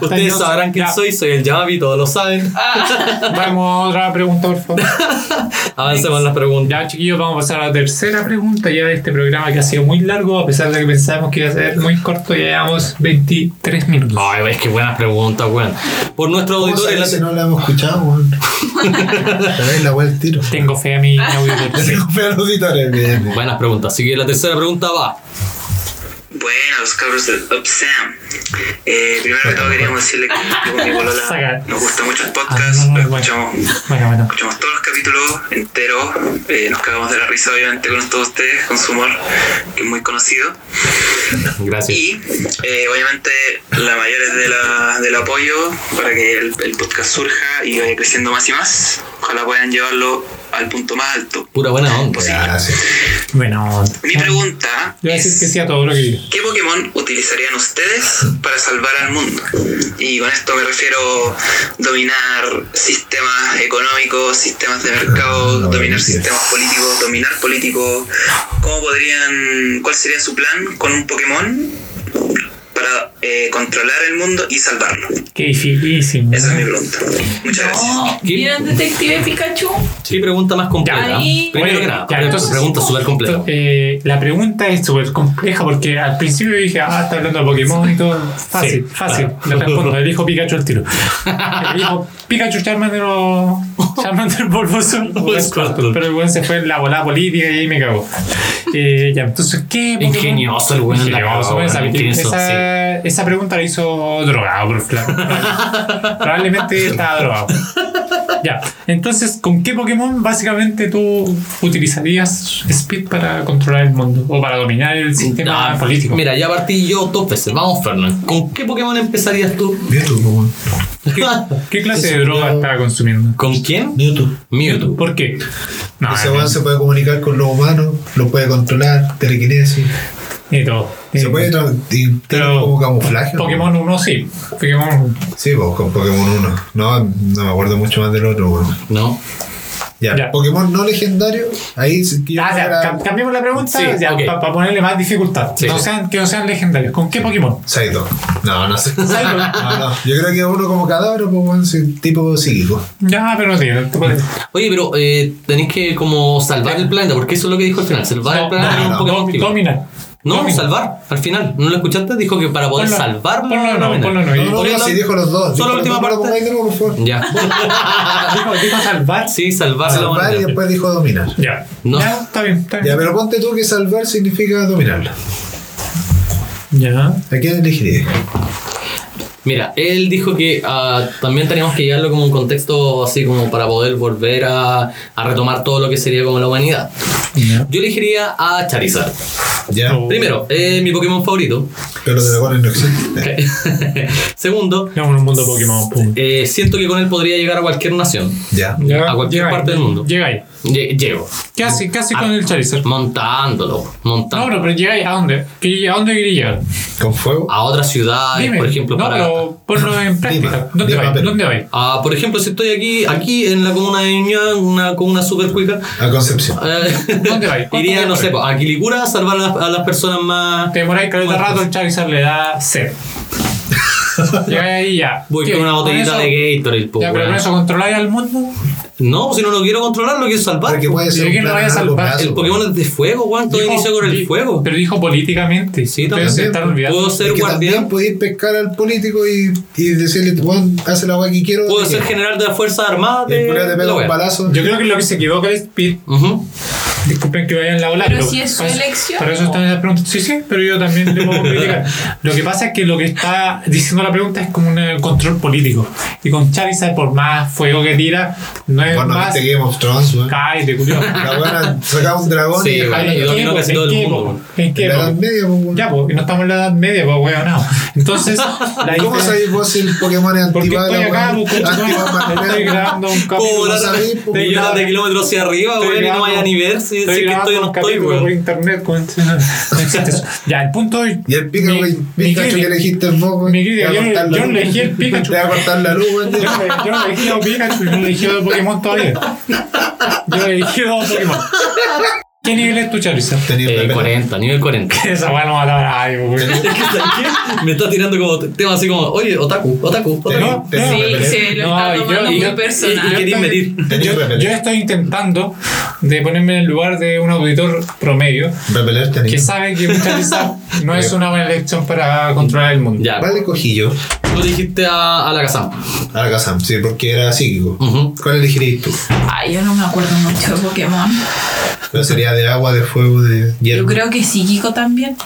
Ustedes
Ya,
sabrán quién
ya. Ah,
soy, soy el Yamapi, todos lo saben.
Vamos a otra pregunta, por favor.
Avancemos en las preguntas.
Ya, chiquillos, vamos a pasar a la tercera pregunta ya de este programa que ha sido muy largo, a pesar de que pensábamos que iba a ser muy corto, ya llevamos 23 minutos.
Ay, es que buenas preguntas, weón. Por nuestro
¿Cómo
auditor,
sabes si
el
no la hemos escuchado,
(laughs)
weón? Te dais la vuelta al tiro.
Tengo fe a mi auditor.
(laughs) Le tengo fe a los auditores, bien, bien.
Buenas preguntas. Así que la tercera pregunta va.
Buenos cabros de Upsam. Eh, primero que
(laughs)
todo queríamos decirle que yo con mi polola
Saca.
nos gusta mucho el
Ah,
podcast,
no,
lo
bueno.
escuchamos,
Bueno, bueno.
escuchamos todos los capítulo entero. Eh, nos cagamos de la risa, obviamente, con todos ustedes, con su humor, que es muy conocido.
Gracias.
Y eh, obviamente la mayor es de la- del apoyo para que el, el podcast surja y vaya creciendo más y más. Ojalá puedan llevarlo al punto más alto.
Pura buena onda.
Gracias.
Bueno,
Mi pregunta
Yo voy a decir que
es,
sí a todo lo que digo.
¿qué Pokémon utilizarían ustedes para salvar al mundo? Y con esto me refiero dominar sistemas económicos, sistemas de mercado,
No,
dominar
gracias.
sistemas políticos, dominar políticos. ¿Cómo podrían, cuál sería su plan con un Pokémon para eh, controlar el mundo y salvarlo?
Qué difícil.
Esa es mi
¿no?
pregunta. Muchas gracias.
No,
¿Qué?
¿vieron Detective Pikachu?
¿Qué pregunta más completa?
Ahí-
Primero
Oye,
que nada,
ya, entonces-
pregunta súper completa.
Eh, la pregunta es súper compleja porque al principio dije, ah, está hablando de Pokémon y todo. Fácil,
Sí,
fácil.
claro.
Le
(laughs)
respondo, le dijo Pikachu al tiro. Le dijo Pikachu Charmander o
(laughs)
Charmander Bulbasaur o Squirtle. Pero el weón se fue en la volada política y ahí me cagó. Eh, ya, entonces, ¿qué? Pokémon?
Ingenioso el weón, la
Ingenioso,
cagó,
weón, esa,
weón, ingenioso,
esa- esa pregunta la hizo drogado, por
(laughs)
claro. Probablemente estaba drogado. Ya, entonces, ¿con qué Pokémon básicamente tú utilizarías Speed para controlar el mundo o para dominar el sistema
Ah,
político?
Mira, ya partí yo dos veces. Vamos, Fernando. ¿Con qué Pokémon empezarías tú?
Mewtwo, Pokémon.
¿Qué clase de droga estaba consumiendo?
(laughs) ¿Con quién?
Mewtwo.
Mewtwo.
¿Por qué? No,
Ese
no,
weón se puede comunicar con los humanos, lo puede controlar, telequinesis.
ni todo.
Se
Eh,
puede tra- y-
pero-
como camuflaje. ¿no?
Pokémon 1 sí. Pokémon
Sí, pues con Pokémon 1. No, no me acuerdo mucho más del otro, weón.
No.
Ya.
Ya.
Pokémon no legendario, ahí sí que yo
Ah, ya,
era
cam- cambiemos la pregunta
Sí, ok.
para ponerle más dificultad.
Sí,
No
sí.
sean, que no sean legendarios. ¿Con qué Pokémon?
Psyduck. No, no sé.
Psyduck.
(laughs) No, no. Yo creo que uno como cadáver, pues weón, sí, tipo psíquico.
Ya, pero no tiene. tú puedes-
Oye, pero eh, tenéis que como salvar el planeta, porque eso es lo que dijo al final. Salvar el
No,
planeta
no,
es un
no,
Pokémon activo.
Domina.
No,
Domina.
salvar. Al final, ¿no lo escuchaste? Dijo que para poder
Ponlo-
salvarlo.
ponlo
era
no,
una
ponlo no.
manera.
No, no,
Ponelo-
no, sí, dijo los dos.
Solo la
Dijo,
última
no, no,
parte.
no, no, por favor.
Ya. (laughs)
Dijo, dijo salvar.
sí, salvar. la
Salvar y
humanidad.
después dijo dominar.
Ya.
No.
Ya, está bien, está
Ya,
bien.
pero ponte tú que salvar significa dominarla.
Ya.
¿A quién elegirías?
Mira, él dijo que ah, también teníamos que llevarlo como un contexto así como para poder volver a, a retomar todo lo que sería como la humanidad.
Ya.
Yo elegiría a Charizard.
Ya.
No.
Primero, eh, mi Pokémon favorito.
Pero los dragones no existen.
(laughs) Segundo,
Estamos en un mundo Pokémon. pum.
eh, siento que con él podría llegar a cualquier nación.
Ya.
Ya,
a cualquier
llega ahí,
parte del mundo.
Llega ahí.
Lle- Llego.
¿Qué hace, qué hace
Ah.
con el Charizard?
Montándolo,
No,
montándolo.
pero, pero llega ahí. ¿A dónde? ¿Qué- ¿A dónde quería llegar?
Con fuego.
A otras ciudades,
Dime.
por ejemplo,
no,
para.
pero ponlo en práctica.
Lima,
¿Dónde
Lima,
vais?
Perú.
¿Dónde vais?
Ah, por ejemplo, si estoy aquí, aquí en la comuna de Ñuñoa, una comuna super cuica,
A Concepción.
eh, (laughs)
¿Dónde vais? ¿Cuánto
iría, no
tiempo
sé,
vais?
pues, a Quilicura a salvar a las, a las personas más.
Te demoráis caleta rato, el Charizard le da sed. Llegáis ahí ya.
Voy
¿Qué?
con una botellita
eso-
de Gatorade, po,
Ya, pero
weón.
con eso controláis al mundo.
No, pues, si no lo quiero controlar, lo quiero salvar.
Porque
po.
puede ser
¿de
un
quién lo
plan
vaya a
a largo
salvar?
plazo,
El Pokémon es de fuego, weón. Todo
Dijo-
inició con
di-
el fuego.
Pero dijo políticamente.
Sí,
Ustedes se
también.
están olvidando.
Puedo
Es
ser
que
guardián.
también podéis pescar al político y, y decirle, Juan, hace la agua que quiero.
Puedo
y
ser
que-
general de las Fuerzas Armadas.
Y el
de-
culiao te
la
pega
wea.
un balazo.
Yo creo que lo que se equivoca es Pete.
Ujú.
Disculpen que vayan la ola.
Pero si es su elección,
Para eso
po.
están las preguntas. Sí, sí, pero yo también le puedo criticar. Lo que pasa es que lo que está diciendo la pregunta es como un eh, control político. Y con Charizard, por más fuego que tira, no es
Bueno,
más.
viste Game of Thrones, weón.
Cállate, culiao.
La buena sacaba un dragón
Sí,
y
weón.
dejaba
Ay,
la-
yo domino casi
¿En
todo el
qué
mundo,
época?
weón.
¿En qué
la
época?
edad media, pues, weón.
Ya, pues, no estamos en la edad media, pues, weón, no. Entonces, la
¿Cómo
diferencia-
sabéis vos si el Pokémon es
Porque
antibala,
estoy acá,
weón? (laughs)
pues, conchetumare, estoy
Antibala,
grabando un
Puedo
capítulo.
volar
no sabí, pues,
de
po,
millones
weón.
de kilómetros hacia arriba,
Estoy
weón, y no
grabando-
vaya ni ver si, si es que
grabando
estoy o no
un
estoy,
capítulo por
weón.
internet, weón. (laughs) No existe eso. Ya, el punto es.
Y el Pikachu,
mi-
weón,
mi
Pikachu que
crítica-
elegiste vos, weón.
mi crítica,
Te va a
yo-
cortar la
yo
luz.
elegí el
(laughs)
Pikachu.
Te va a cortar la luz, weón.
Yo no- yo no he elegido Pikachu, yo no he elegido Pokémon todavía. Yo no he elegido Pokémon. ¿Qué nivel es tu Charizard?
Tenía
Eh,
una pena.
40, nivel 40.
Esa weá no va a dar a nadie, weón.
Es que, ¿sabes qué? (laughs) Me está tirando como tema así como, oye, otaku, otaku, otaku.
Tenía-
No,
tenía
no.
una
Sí,
pena.
se lo
No,
está
y yo- y
tomando
yo-
muy
y- y-
personal.
queréis medir.
Tenía
Yo,
que repeler.
yo estoy intentando de ponerme en el lugar de un auditor promedio
Repeler tenía.
que sabe que un Charizard no es una buena elección para controlar el mundo.
Ya,
¿Cuál escogí yo?
tú dijiste a, a la casa.
A la casa, sí, porque era psíquico.
Ujú.
¿Cuál elegirías tú?
Ay, yo no me acuerdo mucho de Pokémon.
Pero sería de agua, de fuego, de
Yo
hierro.
creo que psíquico también.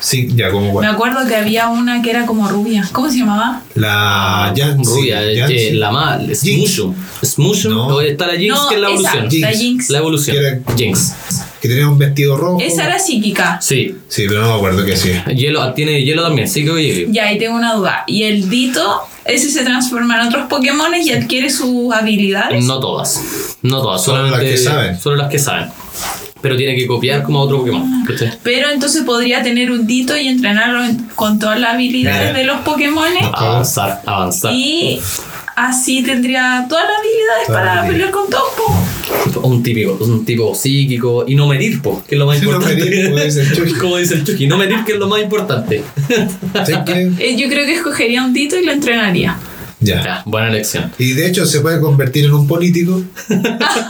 Sí, ya, como
Me
cuál.
acuerdo que había una que era como rubia. ¿Cómo se llamaba?
La Yancy.
Rubia, eh,
Yancy,
que la más.
Jinx.
Smushu. Smushu.
No.
o Está la Jinx,
No,
que es la
esa,
evolución.
la
Jinx.
Jinx.
La evolución.
Que era-
Jinx.
que tenía un vestido rojo.
Esa era psíquica.
Sí.
Sí, pero no me acuerdo que sí.
Hielo, ah, tiene hielo también, sí que oye.
Ya, ahí tengo una duda. ¿Y el Dito, ese se transforma en otros Pokémon y adquiere sus habilidades?
No todas. No todas.
Solo las
Solamente.
que saben.
Solo las que saben. Pero tiene que copiar como a otro Pokémon. ¿cachai?
Pero entonces podría tener un Dito y entrenarlo en- con todas las habilidades
Mira.
de los Pokémon
Ah, Avanzar, avanzar.
y así tendría todas las habilidades
Todas las
para pelear
habilidades.
con todos. po.
Un típico, un tipo psíquico. Y no medir, po, que es lo más
Sí, no
importante.
medir, como dice el Chucky.
(laughs) Como dice el Chucky, no medir, que es lo más importante.
¿Sabes
(laughs)
qué?
Eh, Yo creo que escogería un Dito y lo entrenaría.
Ya.
Ya, buena elección.
Y de hecho se puede convertir en un
(laughs)
político.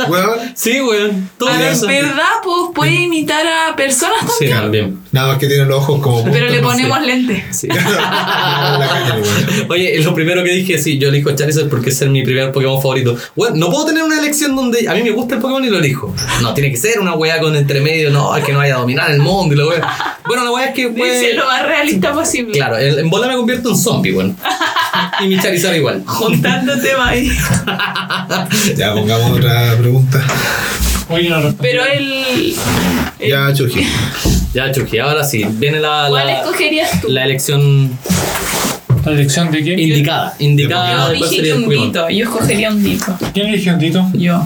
Weón.
Sí, weón. Todo
Ah,
eso.
¿Verdad? Pues puede imitar a personas
Sí,
también.
también.
Nada más que tiene los ojos como.
Pero le
puntos, no sé.
ponemos lentes.
(laughs)
Sí. (laughs)
La caña, weón.
Oye, lo primero que dije, sí, yo elijo Charizard porque es el- mi primer Pokémon favorito. Bueno, no puedo tener una elección donde a mí me gusta el Pokémon y lo elijo. No, tiene que ser una weá con entremedio, no, es que no vaya a dominar el mundo y la weá. Bueno, la weá es que,
Dice
weón.
lo más realista posible.
Claro, el- en bola me convierto en zombie, weón. Y mi Charizard igual. (laughs)
Juntando temas ahí.
Ya, pongamos otra pregunta.
Oye, no lo-
Pero el. Eh.
Ya,
(laughs)
Chucky.
Ya, Chucky, ahora sí, viene la,
¿Cuál
la,
escogerías tú?
la elección
¿La elección de quién?
indicada. Indicada
Yo
de cuál
Ah, dije
sería
que
el
un
Pokémon.
dito, yo escogería un dito.
¿Quién eligió un Dito?
Yo.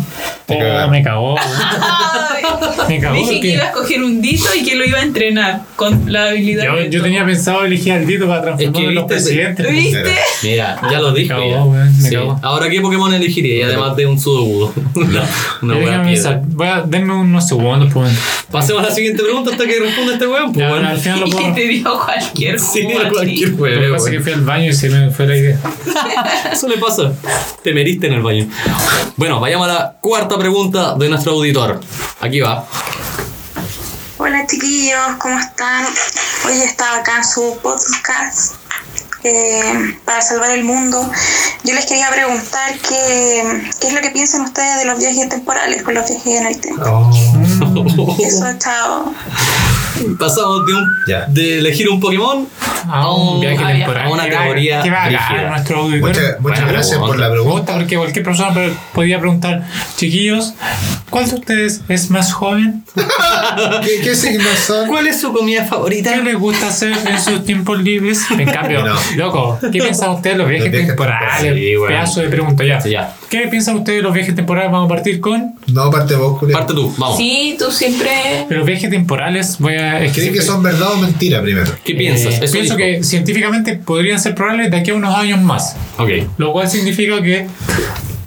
Te
Oh,
cagaron.
me
(laughs)
cagó. güey. Me cagó
Dije que
porque
iba a escoger un dito y que lo iba a entrenar con la habilidad.
yo,
de
yo tenía pensado elegir al Dito para transformarlo en los
viste,
presidentes.
¿Viste?
Mira, ya lo dije.
cagó,
ya.
weón, Ah, me
Sí.
cagó.
Ahora, ¿qué Pokémon elegiría? Y además de un
(laughs)
Sudobudo. una una
Ya
wea
déjame
piedra.
sal- voy a denme unos segundos, pues.
Pasemos a la siguiente pregunta hasta que responda este weón. pues,
Ya,
weón.
al final lo
(laughs) Y
puedo.
te dio
(laughs)
cualquier
Sí,
jugo a ti.
cualquier
Lo que
weón.
pasa es que fui al baño y se me fue la idea.
Eso le pasa. Te meriste en el baño. Bueno, vayamos a la cuarta pregunta de nuestro auditor. Aquí va.
Hola chiquillos, ¿cómo están? Hoy estaba acá en su podcast eh, para salvar el mundo. Yo les quería preguntar que- qué es lo que piensan ustedes de los viajes temporales con los viajes en el
(laughs)
tiempo.
Oh.
Eso, chao.
Pasamos de, un,
Ya.
de elegir un Pokémon
A un viaje
a-
temporal.
a una
que va-
teoría
Que va a
brígida.
ganar nuestro auditor.
Muchas, muchas
Bueno,
gracias
vamos,
por la
Me
pregunta.
gusta porque cualquier persona pre- podía preguntar, chiquillos, ¿cuál de ustedes es más joven?
¿Qué, qué signos son?
¿Cuál es su comida favorita?
¿Qué les gusta hacer (laughs) en sus tiempos libres? En cambio,
No.
loco, ¿qué piensan ustedes de los viajes
viajes
temporales?
temporales, sí, bueno.
Pedazo de pregunta ya.
Sí, ya.
¿Qué piensan ustedes de los viajes temporales? Vamos a partir con.
No, parte vos, Julián.
Parte tú, vamos.
Sí, tú siempre.
de Los viajes temporales, voy a. es que
¿Creen que
siempre-
son verdad o mentira primero?
¿Qué piensas?
eh,
Eso dijo.
pienso que científicamente podrían ser probables de aquí a unos años más.
Ok.
Lo cual significa que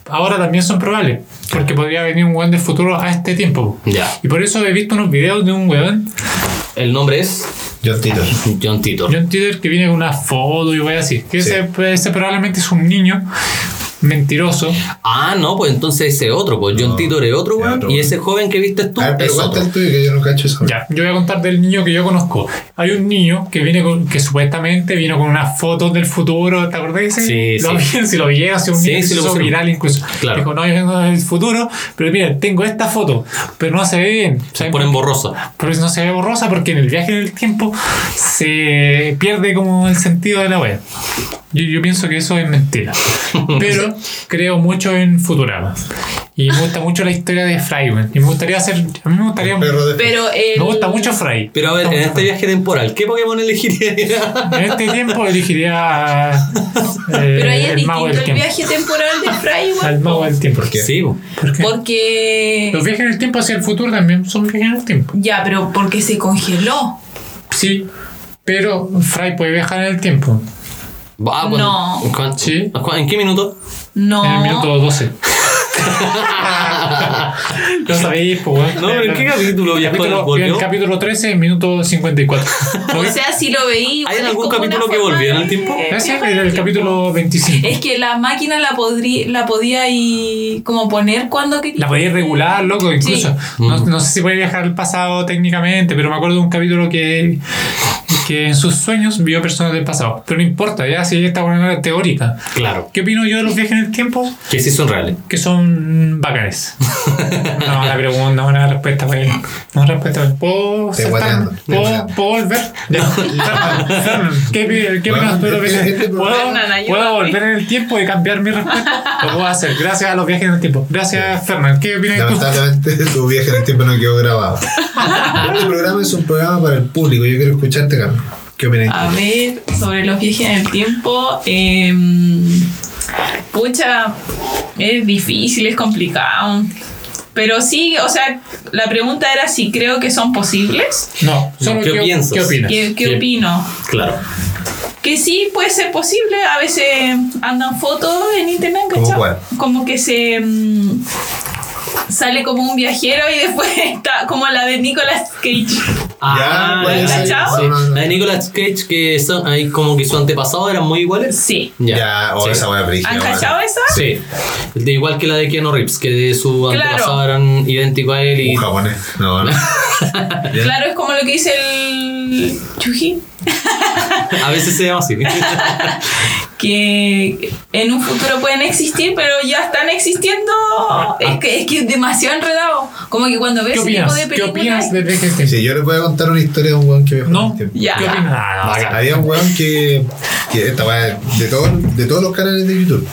ahora también son probables. Porque podría venir un weón del futuro a este tiempo.
Ya.
Y por eso he visto unos videos de un weón,
El nombre es
John Titor.
John Titor.
John Titor, que viene con una foto y voy así. Que
Sí.
ese, pues, ese probablemente es un niño mentiroso.
Ah, no, pues entonces ese otro, pues John
No,
Titor es otro,
es
weón.
otro,
Y
weón.
ese joven que viste tú
A ver, pero
es
cuenta
otro.
el tuyo que yo no cacho eso.
Ya, yo voy a contar del niño que yo conozco. Hay un niño que viene con, que supuestamente vino con unas fotos del futuro, ¿te acordás de ese?
Sí,
lo
sí.
vi- si lo vi, hace un
Sí,
niño que
sí
se
lo
hizo
pusieron.
viral incluso.
Claro.
Dijo, no, yo vengo del futuro, pero mira, tengo esta foto, pero no se ve bien.
Se ponen borrosa.
Pero no se ve borrosa porque en el viaje del tiempo se pierde como el sentido de la web. Yo, yo pienso que eso es mentira. Pero creo mucho en Futurama. Y me gusta mucho la historia de Fry. weón. Y me gustaría hacer. A mí me gustaría.
Perro
(laughs)
de...
Pero el.
Me gusta mucho Fry.
Pero a ver,
Me
en
gusta
este
mucho
viaje temporal, ¿qué Pokémon elegiría?
Fry. En este tiempo elegiría. eh,
(laughs) Pero ahí es
el mago
distinto
del
el
tiempo.
viaje temporal de Fry,
(laughs)
igual,
Al mago del tiempo.
¿Qué?
Sí, po.
¿Por qué?
Porque.
Los viajes del tiempo hacia el futuro también son viajes del tiempo.
Ya, pero porque se congeló.
Sí. Pero Fry puede viajar en el tiempo.
Va, bueno.
No.
¿Cuán-
Sí.
¿cuán- ¿En qué minuto?
No.
En el
(laughs)
minuto 12. Lo sabéis, pues, weón.
No, pero ¿en qué capítulo ya
Capítulo-
volvió?
En el capítulo 13, minuto
(laughs)
54. ¿Lo
O
viste?
sea, si lo veí.
¿Hay
bueno, es
algún
como una
capítulo que
forma
volvió en el
de-
tiempo?
Ese
viajar en
era el
tiempo. Eh,
capítulo 25.
Es que la máquina la, podrí- la podía y como poner cuando quería.
La podéis regular, loco, incluso. No, no sé si puede viajar al pasado técnicamente, pero me acuerdo de un capítulo que, que en sus sueños vio personas del pasado. Pero no importa, ya si esta buena era teórica.
Claro.
¿Qué opino yo de los viajes en el tiempo?
Que sí son reales.
(laughs)
Que son bacanes. No, la pregunta, una respuesta para él. Una respuesta para él. ¿Puedo
Estoy
saltar?
guateando, estoy
¿Puedo-
guateando.
¿Puedo volver? Ya.
(laughs)
Fernán, Fernán, ¿Qué pi- qué
Bueno, este
opinas tú de lo que
es que-
hice? ¿Puedo,
Fernán, ayúdame.
puedo volver en el tiempo y cambiar mi respuesta? Lo puedo hacer, gracias a los viajes en el tiempo. Gracias, Fernán. ¿Qué opinas tú?
Lamentablemente tu viaje en el tiempo no quedó grabado. Este programa es un programa para el público. Yo quiero escucharte, Carmen. ¿Qué opinas?
A ver, sobre los viajes en el tiempo, eh, pucha, es difícil, es complicado. Pero sí, o sea, la pregunta era si creo que son posibles.
No, solo
¿Qué
¿qué,
piensas?
¿qué opinas?
¿Qué, qué
Sí.
opino?
Claro.
Que sí puede ser posible, a veces andan fotos en internet,
¿Cómo
¿cachai?
cuál?
Como que se mm, sale como un viajero y (laughs) después está como la de Nicolas Cage.
bueno,
ya,
sí,
chao.
sí.
No, no, no.
Ah, La de Nicolas Cage, que son, ahí como que su antepasado eran muy iguales.
Sí.
Ya, o
sí.
esa wea brígida.
¿Han
weón.
cachado esa?
Sí. De igual que la de Keanu Reeves, que de su
Claro.
antepasado eran idénticos a él y.
Un japonés. No, no. Ya.
Claro, es como lo que dice el Chuji,
A veces se llama así.
que en un futuro pueden existir, pero ya están existiendo. Es que es, que es demasiado enredado. Como que cuando ves
¿Qué
ese tipo
opinas?
de
¿Qué opinas
películas.
del viaje en el tiempo?
Sí, yo le voy a contar una historia de un weón que viajó en
No,
el tiempo.
Ya.
¿qué opinas? Ah, no,
Bacán.
Había un weón que, que esta weá, de, todo- de todos los canales de YouTube,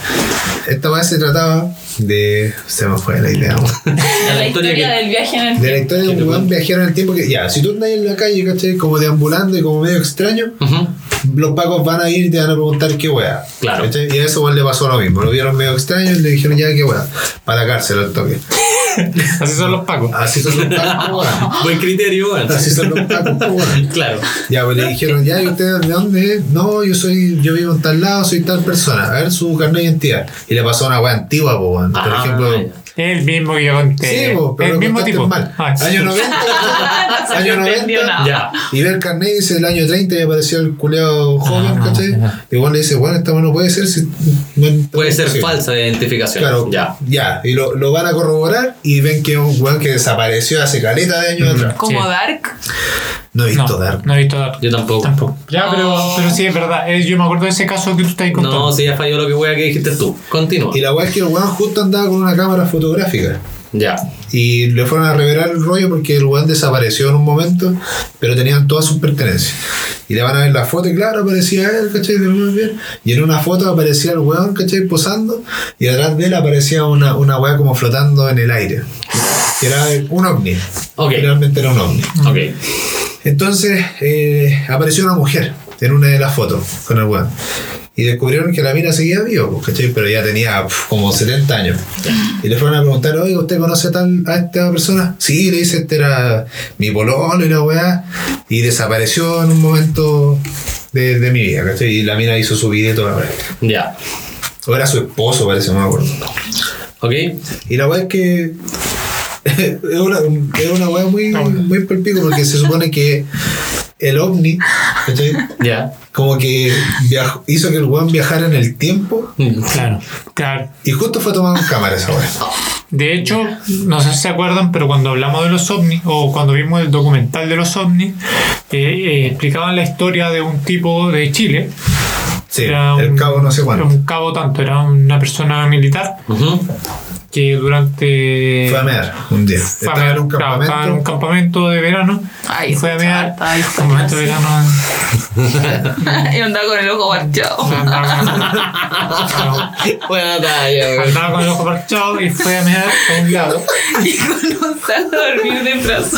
esta weá se trataba de. Se me fue la idea, weón.
de la historia
que-
del viaje en
De
el
la
tiempo.
historia de un weón viajero en el tiempo que, ya, si tú andas en la calle, ¿cachai? Como deambulando y como medio extraño,
(laughs)
Ujú.
los pacos van a ir y te van a preguntar qué weá.
Claro.
¿cachai? Y a eso weón le pasó lo mismo. Lo vieron medio extraño y le dijeron ya qué weá. Para la cárcel al toque.
Así son los pacos.
Así son los (laughs) pacos, weón.
Buen criterio, bueno.
Así son los pacos, weón.
Claro.
Ya, pues le dijeron, ya, ¿y usted de dónde es? No, yo soy, yo vivo en tal lado, soy tal persona. A ver su carnet de identidad. Y le pasó una weá antigua, po, weón. Por
Ah,
ejemplo.
ya.
El mismo que yo conté.
Sí, po, pero
Eh, el
lo
mismo
contaste
tipo.
mal.
Ah, sí.
Año 90.
(laughs) No se
año
me entendió
90.
nada.
Ya.
Y ve el carnet y dice el año 30 y apareció el culeado joven,
Ah,
¿cachai?
ya.
Y bueno, le dice, bueno, esta weá no puede ser. si- no-
Puede ser
sí.
falsa de identificación.
Claro,
Ya.
ya. ya. Y lo, lo van a corroborar y ven que es un weón que desapareció hace caleta de años atrás.
Como
Sí.
Dark. (laughs)
No he
Mm. No,
visto Dark.
no he visto Dark.
Yo tampoco.
Tampoco. Ya, pero, pero sí, es verdad. Eh, Yo me acuerdo de ese caso que tú estás contando.
No, si ya falló lo que wea que dijiste tú. Continúa.
Y la weá es que el weón justo andaba con una cámara fotográfica.
Ya.
Y le fueron a revelar el rollo porque el weón desapareció en un momento, pero tenían todas sus pertenencias. Y le van a ver la foto y claro, aparecía él, ¿cachai? De muy bien. Y en una foto aparecía el weón, ¿cachai? Posando. Y atrás de él aparecía una, una weá como flotando en el aire. Que era un ovni.
Ok.
Realmente era un ovni.
Ok.
Entonces eh, apareció una mujer en una de las fotos con el weón. Y descubrieron que la mina seguía viva, pues, ¿cachai? Pero ya tenía pf, como 70 años. Y le fueron a preguntar, oye, ¿usted conoce a, tal, a esta persona? Sí, le dice, este era mi pololo y la weá. Y desapareció en un momento de, de mi vida, ¿cachai? Y la mina hizo su vida y toda la weá.
Ya.
O era su esposo, parece, no me acuerdo.
Ok.
Y la weá es que. (laughs) es una, es una weá muy,
Ah,
muy palpico porque se supone que el ovni, ¿cachai?
Ya.
Como que viaj- hizo que el weón viajara en el tiempo
Mm.
Claro, claro.
y justo fue tomado en cámara esa weá.
De hecho, no sé si se acuerdan, pero cuando hablamos de los ovnis o cuando vimos el documental de los ovnis, eh, eh, explicaban la historia de un tipo de Chile.
Sí,
Era
el
un-
cabo no sé
Era
cuánto.
un cabo tanto, era una persona militar
Ujú.
que durante...
Fue a mear un día.
fue a
Estaba en un
mear, claro, estaba en un
campamento.
campamento de verano.
Ay,
y fue a mear.
chata, ay,
campamento de verano.
y andaba con el ojo marchado.
Andaba-
Buena talla, weón.
Andaba con el ojo parchado y fue a mear a un lado.
y con un saco a dormir de brazo.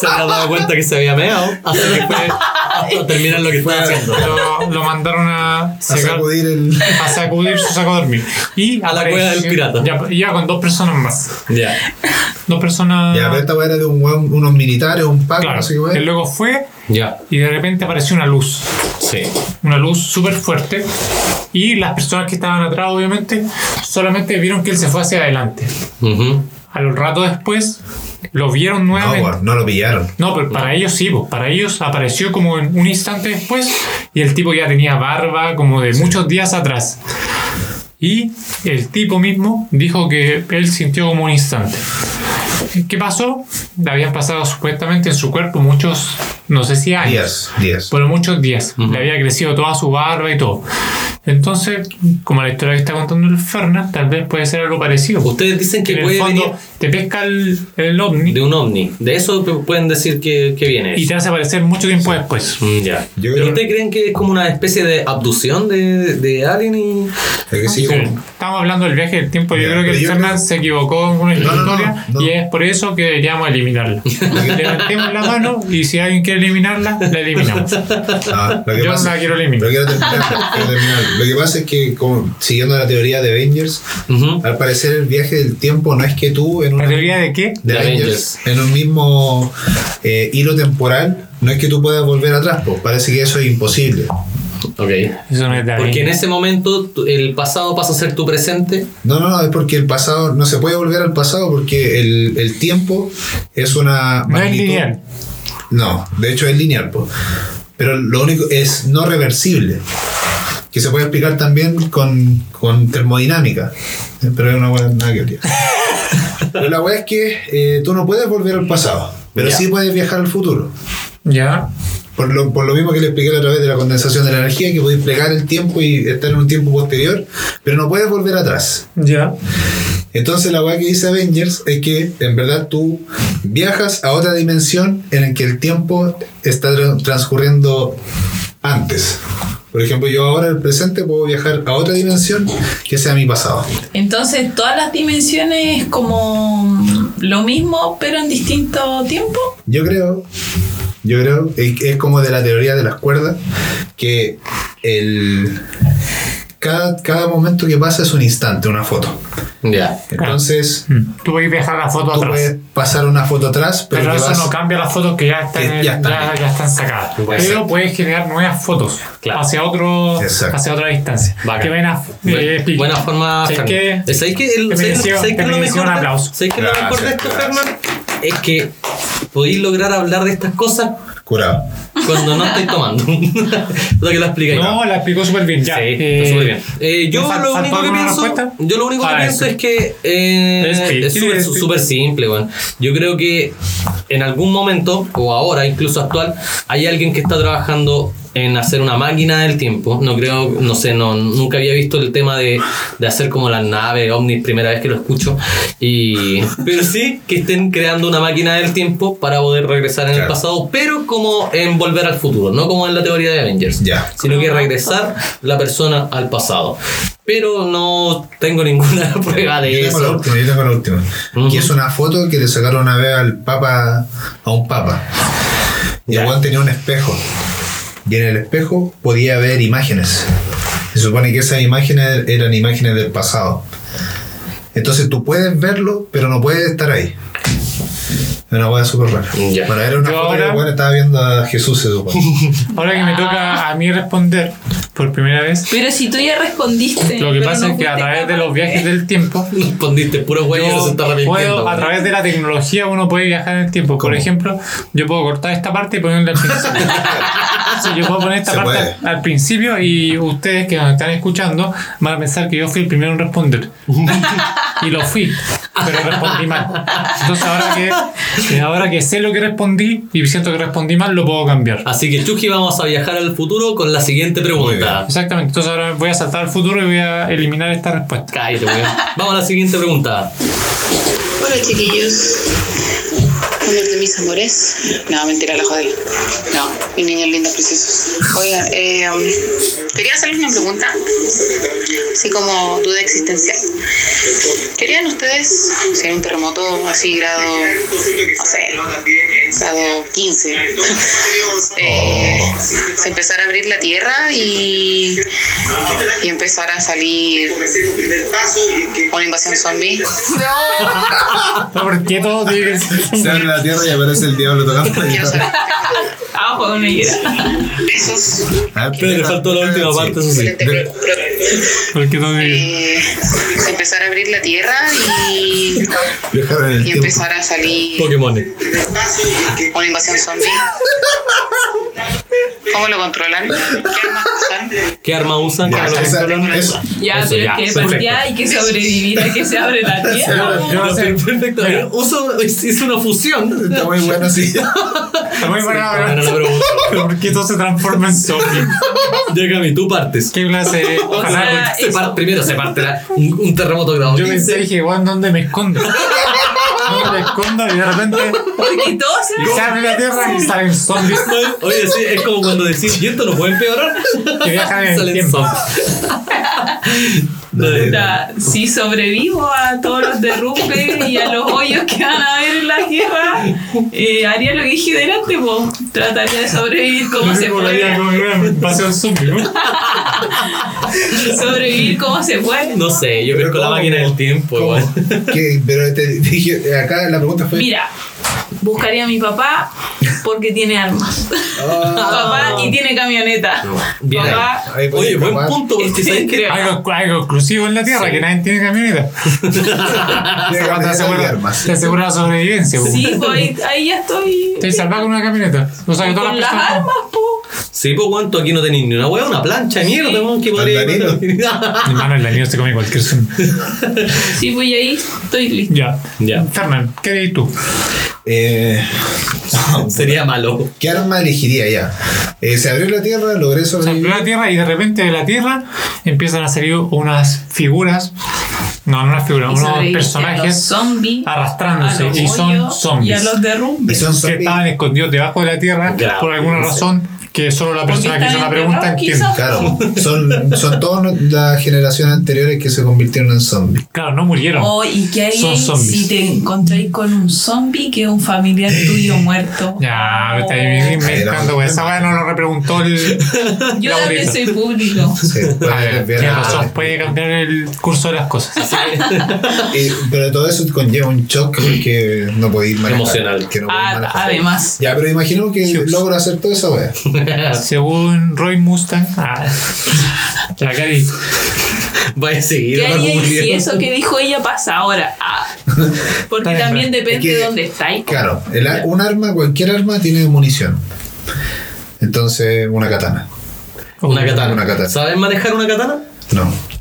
Se había dado cuenta que se había meado hasta que fue hasta terminar lo que estaba haciendo.
Lo, lo mandaron a
A
secar.
sacudir el.
a sacudir su saco a dormir. Y
A la
apareció-
cueva del pirata.
Ya, ya con dos personas más.
Ya.
Dos personas.
Ya, pero esta weá era de un weón, unos militares, un paco,
claro.
no sé qué
Él
weá.
luego fue
Ya.
y de repente apareció una luz.
Sí.
Una luz súper fuerte. Y las personas que estaban atrás, obviamente, solamente vieron que él se fue hacia adelante.
Ujú.
A los ratos después, lo vieron
No,
nuevamente.
weón, no lo pillaron.
No, pero para ellos sí, pues, para ellos apareció como en un instante después y el tipo ya tenía barba como de muchos días atrás. Y el tipo mismo dijo que él sintió como un instante. ¿Qué pasó? Habían pasado supuestamente en su cuerpo muchos, no sé si años,
Días, días.
pero muchos días.
Ujú.
Le había crecido toda su barba y todo. Entonces, como la historia que está contando el Fernas, tal vez puede ser algo parecido. pues.
Ustedes dicen que
en
puede
el fondo
venir
te pesca el, el ovni
de un ovni. De eso pu- pueden decir que, que viene.
y te hace aparecer mucho tiempo después.
Mm, ya.
Yo
¿Pero
creo-
ustedes creen que es como una especie de abducción de, de alien y...?
Es que sí,
Sí,
como-
Estamos hablando del viaje del tiempo. Yo
Ya,
creo que
pero
el
yo
Fernan
creo-
se equivocó en una
No, no, no,
historia
no.
y es por eso que
(laughs)
deberíamos eliminarla. Le metemos la mano y si alguien quiere eliminarla,
(laughs)
la eliminamos.
Ah, lo que
Yo
pasa-
no la quiero eliminar.
Pero quiero terminar, quiero terminar. Lo que pasa es que, como, siguiendo la teoría de Avengers,
Ujú.
al parecer el viaje del tiempo no es que tú en
¿La
una
teoría de qué?
de
De
Avengers, en un mismo eh, hilo temporal, no es que tú puedas volver atrás, pues parece que eso es imposible.
Ok.
Eso no es de ahí.
Porque en ese momento tu- el pasado pasa a ser tu presente.
No, no, no, es porque el pasado, no se puede volver al pasado porque el, el tiempo es una...
No es
magnitud-
lineal.
No, de hecho es lineal, pues. Pero lo único es no reversible. Que se puede explicar también con, con termodinámica. Eh, Pero es una buena nada que ver. Pero la weá es que eh, tú no puedes volver al pasado, pero
Ya.
sí puedes viajar al futuro.
Ya.
Por lo, por lo mismo que le expliqué a través de la condensación de la energía, que podéis plegar el tiempo y estar en un tiempo posterior, pero no puedes volver atrás.
Ya.
Entonces la weá que dice Avengers es que en verdad tú viajas a otra dimensión en la que el tiempo está tra- transcurriendo antes. Por ejemplo, yo ahora en el presente puedo viajar a otra dimensión que sea mi pasado.
Entonces, todas las dimensiones es como lo mismo, pero en distinto tiempo.
Yo creo, yo creo, es, es como de la teoría de las cuerdas, que el, cada, cada momento que pasa es un instante, una foto.
Ya.
Entonces,
Mm. Tú puedes dejar la foto
tú
atrás.
puedes pasar una foto atrás, pero,
Pero
que
eso
vas-
no cambia las fotos que ya están,
Que ya están
ya-
ahí.
ya están sacadas.
Puede ser.
Pero puedes generar nuevas fotos
Claro.
hacia, otro,
Exacto.
hacia otra distancia.
Bacán.
Que ven a, eh,
Bu-
pic.
Buena forma,
¿Sabes qué?
Fernán. ¿Sabéis que el-
Te
sabéis-
mereció-
sabéis
te
que lo
mereció
mejor
un
de-
aplauso.
sabéis que lo
Gracias,
mejor de esto,
gracias.
Fernán? Es que podéis lograr hablar de estas cosas
Curado.
cuando no estáis tomando. (laughs) lo que lo explicáis.
No, la explicó súper bien. Ya.
Sí,
Eh,
está súper bien. Eh, yo,
¿fal-
lo
faltó
único que
alguna
pienso,
respuesta?
yo lo único que
Ah,
pienso
eso.
es que eh,
Es que-
es súper-
es que-
súper simple, weón. Yo creo que en algún momento, o ahora, incluso actual, hay alguien que está trabajando en hacer una máquina del tiempo. No creo, no sé, no, nunca había visto el tema de, de hacer como las naves ovnis, primera vez que lo escucho. Y, pero sí que estén creando una máquina del tiempo para poder regresar en el
Claro.
pasado, pero como en volver al futuro, no como en la teoría de Avengers
Ya.
sino que regresar la persona al pasado. Pero no tengo ninguna (laughs) prueba
Yo
de
tengo la
eso. (laughs)
última, yo tengo la última.
Ujú.
Que es una foto que le sacaron una vez al papa, a un papa. Y
Ya.
el weón tenía un espejo. Y en el espejo podía ver imágenes. Se supone que esas imágenes eran imágenes del pasado. Entonces tú puedes verlo, pero no puedes estar ahí. Es una hueá súper rara.
Ya.
Bueno, era una
Yo
foto que
ahora-
el weón estaba viendo a Jesús,
(laughs)
se supone.
Ahora que me
Ah.
toca a mí responder por primera vez,
Pero si tú ya respondiste.
lo que
pero
pasa
no
es que a
fuiste
través de
capaz
los viajes del tiempo,
Respondiste, puro güey, no se está
yo
arrepintiendo.
puedo, a
güey.
través de la tecnología uno puede viajar en el tiempo. Por
¿Cómo?
ejemplo, yo puedo cortar esta parte y ponerla al principio. Sí, yo puedo poner esta
Se
parte
puede.
al, al principio y ustedes que nos están escuchando van a pensar que yo fui el primero en responder. y lo fui, pero respondí mal. Entonces ahora que, ahora que sé lo que respondí y siento que respondí mal, lo puedo cambiar.
Así que Chucky, vamos a viajar al futuro con la siguiente pregunta.
Exactamente, entonces ahora voy a saltar al futuro y voy a eliminar esta respuesta.
Cállate, güey. Vamos a la siguiente pregunta.
Hola chiquillos. Hola de mis amores. No, mentira, la jodí. No, mis niños lindos, preciosos. Oigan, eh, um, quería hacerles una pregunta. Así como duda existencial. ¿Querían ustedes, si hay un terremoto así grado, no sé, grado 15, (laughs) eh, se empezara a abrir la tierra y, y empezar a salir una invasión zombie?
Pero (laughs) ¿Por qué todo tiene que ser-
Se abre la tierra y aparece el diablo tocando la
Quiero saber.
guitarra.
Abajo de Ah, una higuera.
Besos.
Ah,
Pero le faltó la última
sí.
parte, eso sí.
Excelente pro-
¿Por qué todo tiene que-
eh, empezar a abrir la tierra y,
Viajar en el
y
tiempo.
empezar a salir
Pokémon.
una invasión zombie. ¿Cómo lo controlan? ¿Qué armas usan?
¿Qué arma usan?
Ya,
¿Cómo lo
esa-
controlan?
eso.
Ya,
Eso,
pero
ya,
es que
perfecto.
pues, ya hay que sobrevivir a que se
(laughs)
abre la tierra.
Yo voy a hacer-
Perfecto.
Mira. (laughs)
Uso, hice una fusión.
Está muy bueno, sí.
Está
Sí,
muy buena la
buena la pregunta.
Pero ¿Por qué todo se transforma en zombie?
Déjame, tú partes.
¿Qué clase?
O
Ojalá.
sea,
güey.
Se
eso.
par- primero se parte la- un, un terremoto grado
yo
15.
pensé, dije, weón, ¿dónde me escondo? ¿Dónde me escondo? Y de repente,
Porque todos se
y se abre la tierra y salen zombies
Oye, sí, es como cuando decís, ¿y esto no puede empeorar?
que viajan en el
Salen
tiempo.
Dale.
Puta, si sobrevivo a todos los derrumbes y a los hoyos que van a haber en la tierra, eh, haría lo que dije delante, po. trataría de sobrevivir como se
Luego la vida
puede.
como que me paseo zombie, ¿no?
Sobrevivir como se puede.
No sé, yo
Pero
pesco la
¿cómo?
máquina del tiempo
(laughs) ¿Cómo?
igual.
¿Qué? Pero te dije, acá la pregunta fue.
Mira, buscaría a mi papá porque
(laughs)
tiene armas.
Ah,
(laughs) Papá y tiene camioneta.
Bien ahí.
Papá,
ahí puede
Oye, buen
escapar.
punto, porque sabes que
(laughs)
creo.
Algo, algo exclusivo en la tierra,
Sí.
que nadie tiene camioneta.
Tiene
Esa cuando
camioneta
te
y
asegura,
armas.
te asegura la sobrevivencia. weón.
Sí, po, ahí, ahí ya estoy.
Te salvas con una camioneta. Lo sabe todas
Con
las
las
personas.
armas, po.
Sí, pues cuánto aquí no tenéis ni una hueá, una plancha de mierda, weón, que podría
Mi hermano, el niña se come cualquier zombie.
Sí, pues y ahí estoy listo.
Ya.
Ya.
Fernán, ¿qué dices tú?
Eh, (laughs)
Sería malo.
¿Qué arma elegiría ya? Eh, se abrió la tierra, logré
Se amplió
sobrevivir.
la tierra y de repente de la tierra empiezan a salir unas figuras. No, no unas figuras,
Y
unos
sobrevivir a los
personajes
zombies,
arrastrándose
a los
y son
hoyos
zombies.
Y a los
Y
derrumbes.
son
que
zombies.
estaban escondidos debajo de la tierra
Ya,
por alguna
no sé.
razón que solo la persona que hizo la
están
pregunta
enterrados,
entiende.
quizás.
Claro, son, son todas las generaciones anteriores que se convirtieron en zombies.
Claro, no murieron.
Oh, ¿y qué
Son
haríais
zombies.
si te encontráis con un zombie que es
(laughs)
un familiar tuyo muerto?
Ya, me está ahí
Oh.
inventando, güey. Esa weá no lo repreguntó el.
Yo
la
también
bonita.
soy
(laughs)
público.
Sí, puede
A ver,
cambiar
tiene
la-
razón, pues. puede cambiar el curso de las cosas.
Y- pero todo eso conlleva un shock que no podéis manejar.
Emocional.
Que no podéis
Ah,
manejar.
además.
Ya, pero imaginemos que logro hacer toda esa wea.
Según Roy Mustang.
(laughs)
Ah, la Cari.
Vaya a seguir.
¿Qué
hablando
haríais
muy
si
bien.
murieron.
eso que dijo ella pasa ahora? Ah, porque
Está
también depende
Es que-
de dónde estáis.
Claro, el ar- un arma, cualquier arma, tiene munición. Entonces, una katana.
Una katana.
Una katana.
¿Sabes manejar una katana? (laughs)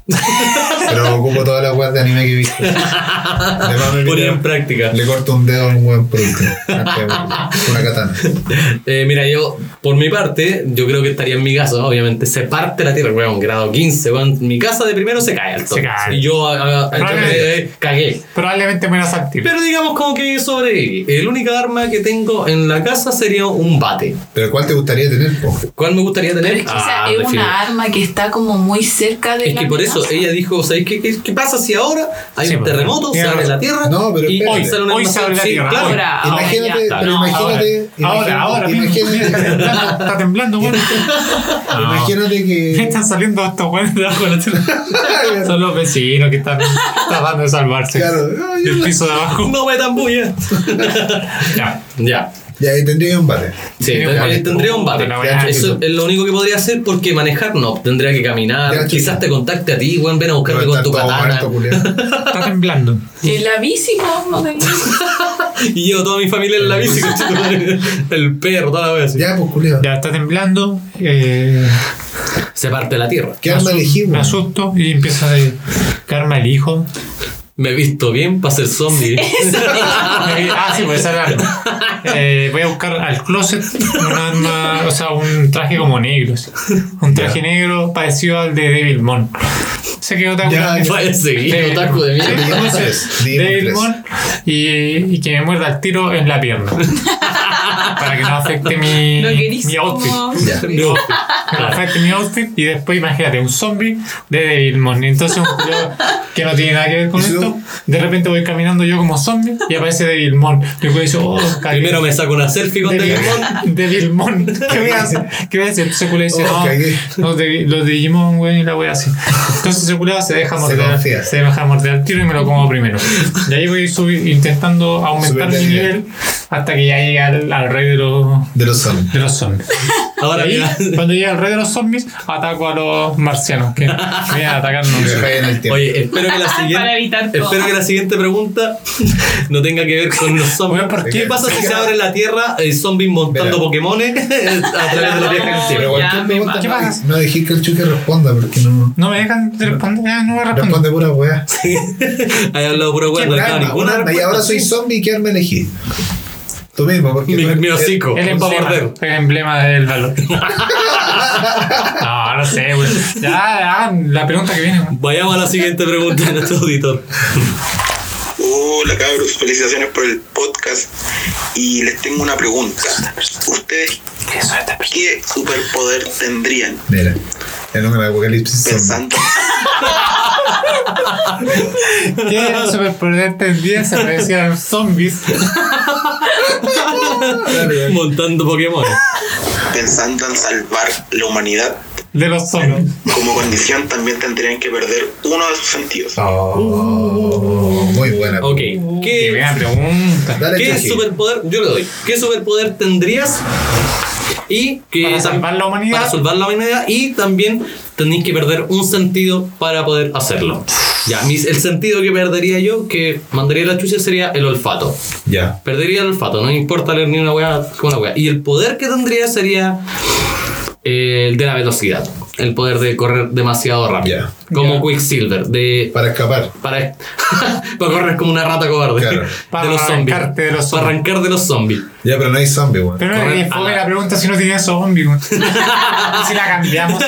No. Pero ocupo todas las weas de anime que he visto. Le mando el
Ponía en
video,
práctica.
le corto un dedo a un buen producto. Una katana.
(laughs) Eh, mira, yo, por mi parte, yo creo que estaría en mi casa, ¿no? obviamente. Se parte la tierra, weón, grado 15, weón. Mi casa de primero se cae al toque.
Se cae.
Y yo, a- a- yo
Probablemente.
me- eh, cagué.
Probablemente me las active.
Pero digamos como que sobreviví. El único arma que tengo en la casa sería un bate.
Pero ¿cuál te gustaría tener? po?
¿Cuál me gustaría tener?
O sea,
Ah,
es
definitivamente.
una arma que está como muy cerca de
Es
la
que por eso
amenaza.
ella dijo, ¿sabes qué, qué, qué pasa si ahora hay
Sí,
un
pues,
terremoto, se
tiene
abre
razón.
la tierra
No, pero
y
espérate.
sale una
Hoy se
invasión?
abre la
Sí,
tierra,
claro.
hoy.
Ahora, ahora ya.
Imagínate, pero
Claro,
imagínate.
ahora, ahora, mismo.
imagínate,
Mira, está temblando, está
(laughs)
temblando, güey.
imagínate
Me
que.
(laughs) están saliendo estos güeyes debajo de la tierra.
(laughs)
Son los vecinos que están tratando de salvarse.
Claro. Ay,
Del piso de abajo.
No me
(laughs)
tambulla.
Ya.
(laughs) ya.
Ya, ahí tendría un bate.
Sí,
Tendría un
ten-
bate.
tendría un bate.
Puta, la weá.
Eso es lo único que podría hacer porque manejar no. Tendría que caminar.
Ya,
quizás
chico.
te contacte a ti, weón. Ven a
Va a
buscarte con
estar
tu
todo
katana.
muerto, culiao.
Está temblando.
Eh, la bici, po, no tenía.
(laughs) Y llevo toda mi familia en la bici. conchito madre. (laughs) El perro, toda la vez.
Ya, pues culiao.
Ya está temblando. Eh,
Se parte la tierra.
¿Qué arma
asu-
elegimos?
Me asusto y empieza a carma el hijo.
Me he visto bien para ser (laughs) zombie.
(laughs) ah, sí, puede ser arma. Eh, voy a buscar al closet un arma, o sea, un traje como negro. así. Un traje negro parecido al de Devilmon. Se quedó tan
Ya,
Vaya a seguir, otaku de mierda.
Entonces,
Devilmon y, y que me muerda el tiro en la pierna. para que no afecte mi,
Lo querís
mi outfit.
como-
Ya.
No.
Que no afecte mi outfit. Y después imagínate, un zombie de Devilmon. Y entonces un culiao que no tiene nada que ver con
¿Y su-
esto. De repente voy caminando yo como zombie y aparece Devilmon. Yo que dice, oh, cagué.
Primero me saco una selfie con Digimon.
Devilmon. (laughs) ¿Qué voy a hacer? ¿Qué voy a hacer? Se culea y dice,
Oh, cagué.
no, los, de, los Digimon, güey, la voy a hacer. Entonces se culea, se deja morder.
confía.
Se, deja morder el tiro y me lo como primero. Y ahí voy subi- intentando aumentar
Subir de
mi
nivel.
nivel hasta que ya llegue al, al rey de los,
De los zombies.
de los zombies.
Ahora
Y
mira.
ahí, cuando llegue al rey de los zombies, ataco a los marcianos que vienen a atacarnos.
Y me cae en el tiempo.
Oye, espero que la siguiente.
Para evitar todo.
Espero que la siguiente pregunta no tenga que ver con los zombies.
Bueno, ¿por
qué?
qué?
pasa si se abre la tierra? eh, zombies montando
Verá.
Pokémones a través de la vieja del
Pero
cielo.
Ya,
cualquier
me
pregunta,
pasa.
¿Qué
no,
pasa?
no dejé que el chuque responda porque no.
No me dejan responder, ya Ah, no voy a responder.
Responde pura weá.
(laughs) Hay hablado puro bueno, no he dado
Arma,
ninguna
un arma, Y
respuesta.
ahora soy zombie, ¿qué arma elegí? Tú mismo, porque.
Mi,
tú-
mi hocico.
El emblema,
Morder.
el emblema del valor. (laughs) no, no sé, güey. Ya, hagan la pregunta que viene. güey.
Vayamos a la siguiente pregunta de nuestro auditor.
Hola cabros, felicitaciones por el podcast y les tengo una pregunta. ¿Ustedes qué superpoder tendrían
Mira, el nombre del apocalipsis. zombie.
pensando?
¿Qué superpoder tendría se parecía a los zombies?
Montando Pokémon.
pensando en salvar la humanidad
De los zombies.
como condición también tendrían que perder uno de sus sentidos.
Oh, muy buena.
Ok.
Qué
¿Qué,
buena pregunta.
Dale,
qué
Chucky.
superpoder? Yo le doy. ¿Qué superpoder tendrías? Y que
Para
tam-
salvar la humanidad.
Para salvar la humanidad. Y también tenéis que perder un sentido para poder hacerlo. Ya, mis- el sentido que perdería yo, que mandaría la chucha, sería el olfato.
Ya.
Perdería el olfato, no me importa leer ni una weá con una weá. Y el poder que tendría sería eh, el de la velocidad. El poder de correr demasiado rápido.
Ya.
Como
Ya.
Quicksilver, de.
Para escapar.
Para, (laughs) para correr como una rata cobarde.
Claro.
de
Para
los zombies.
arrancarte de los
Para
zombies.
arrancar de los zombies.
Ya, pero no hay zombie, weón.
Pero
Correr
es
a la-
fue la pregunta si no tenía zombies, güey. ¿Y si la cambiamos?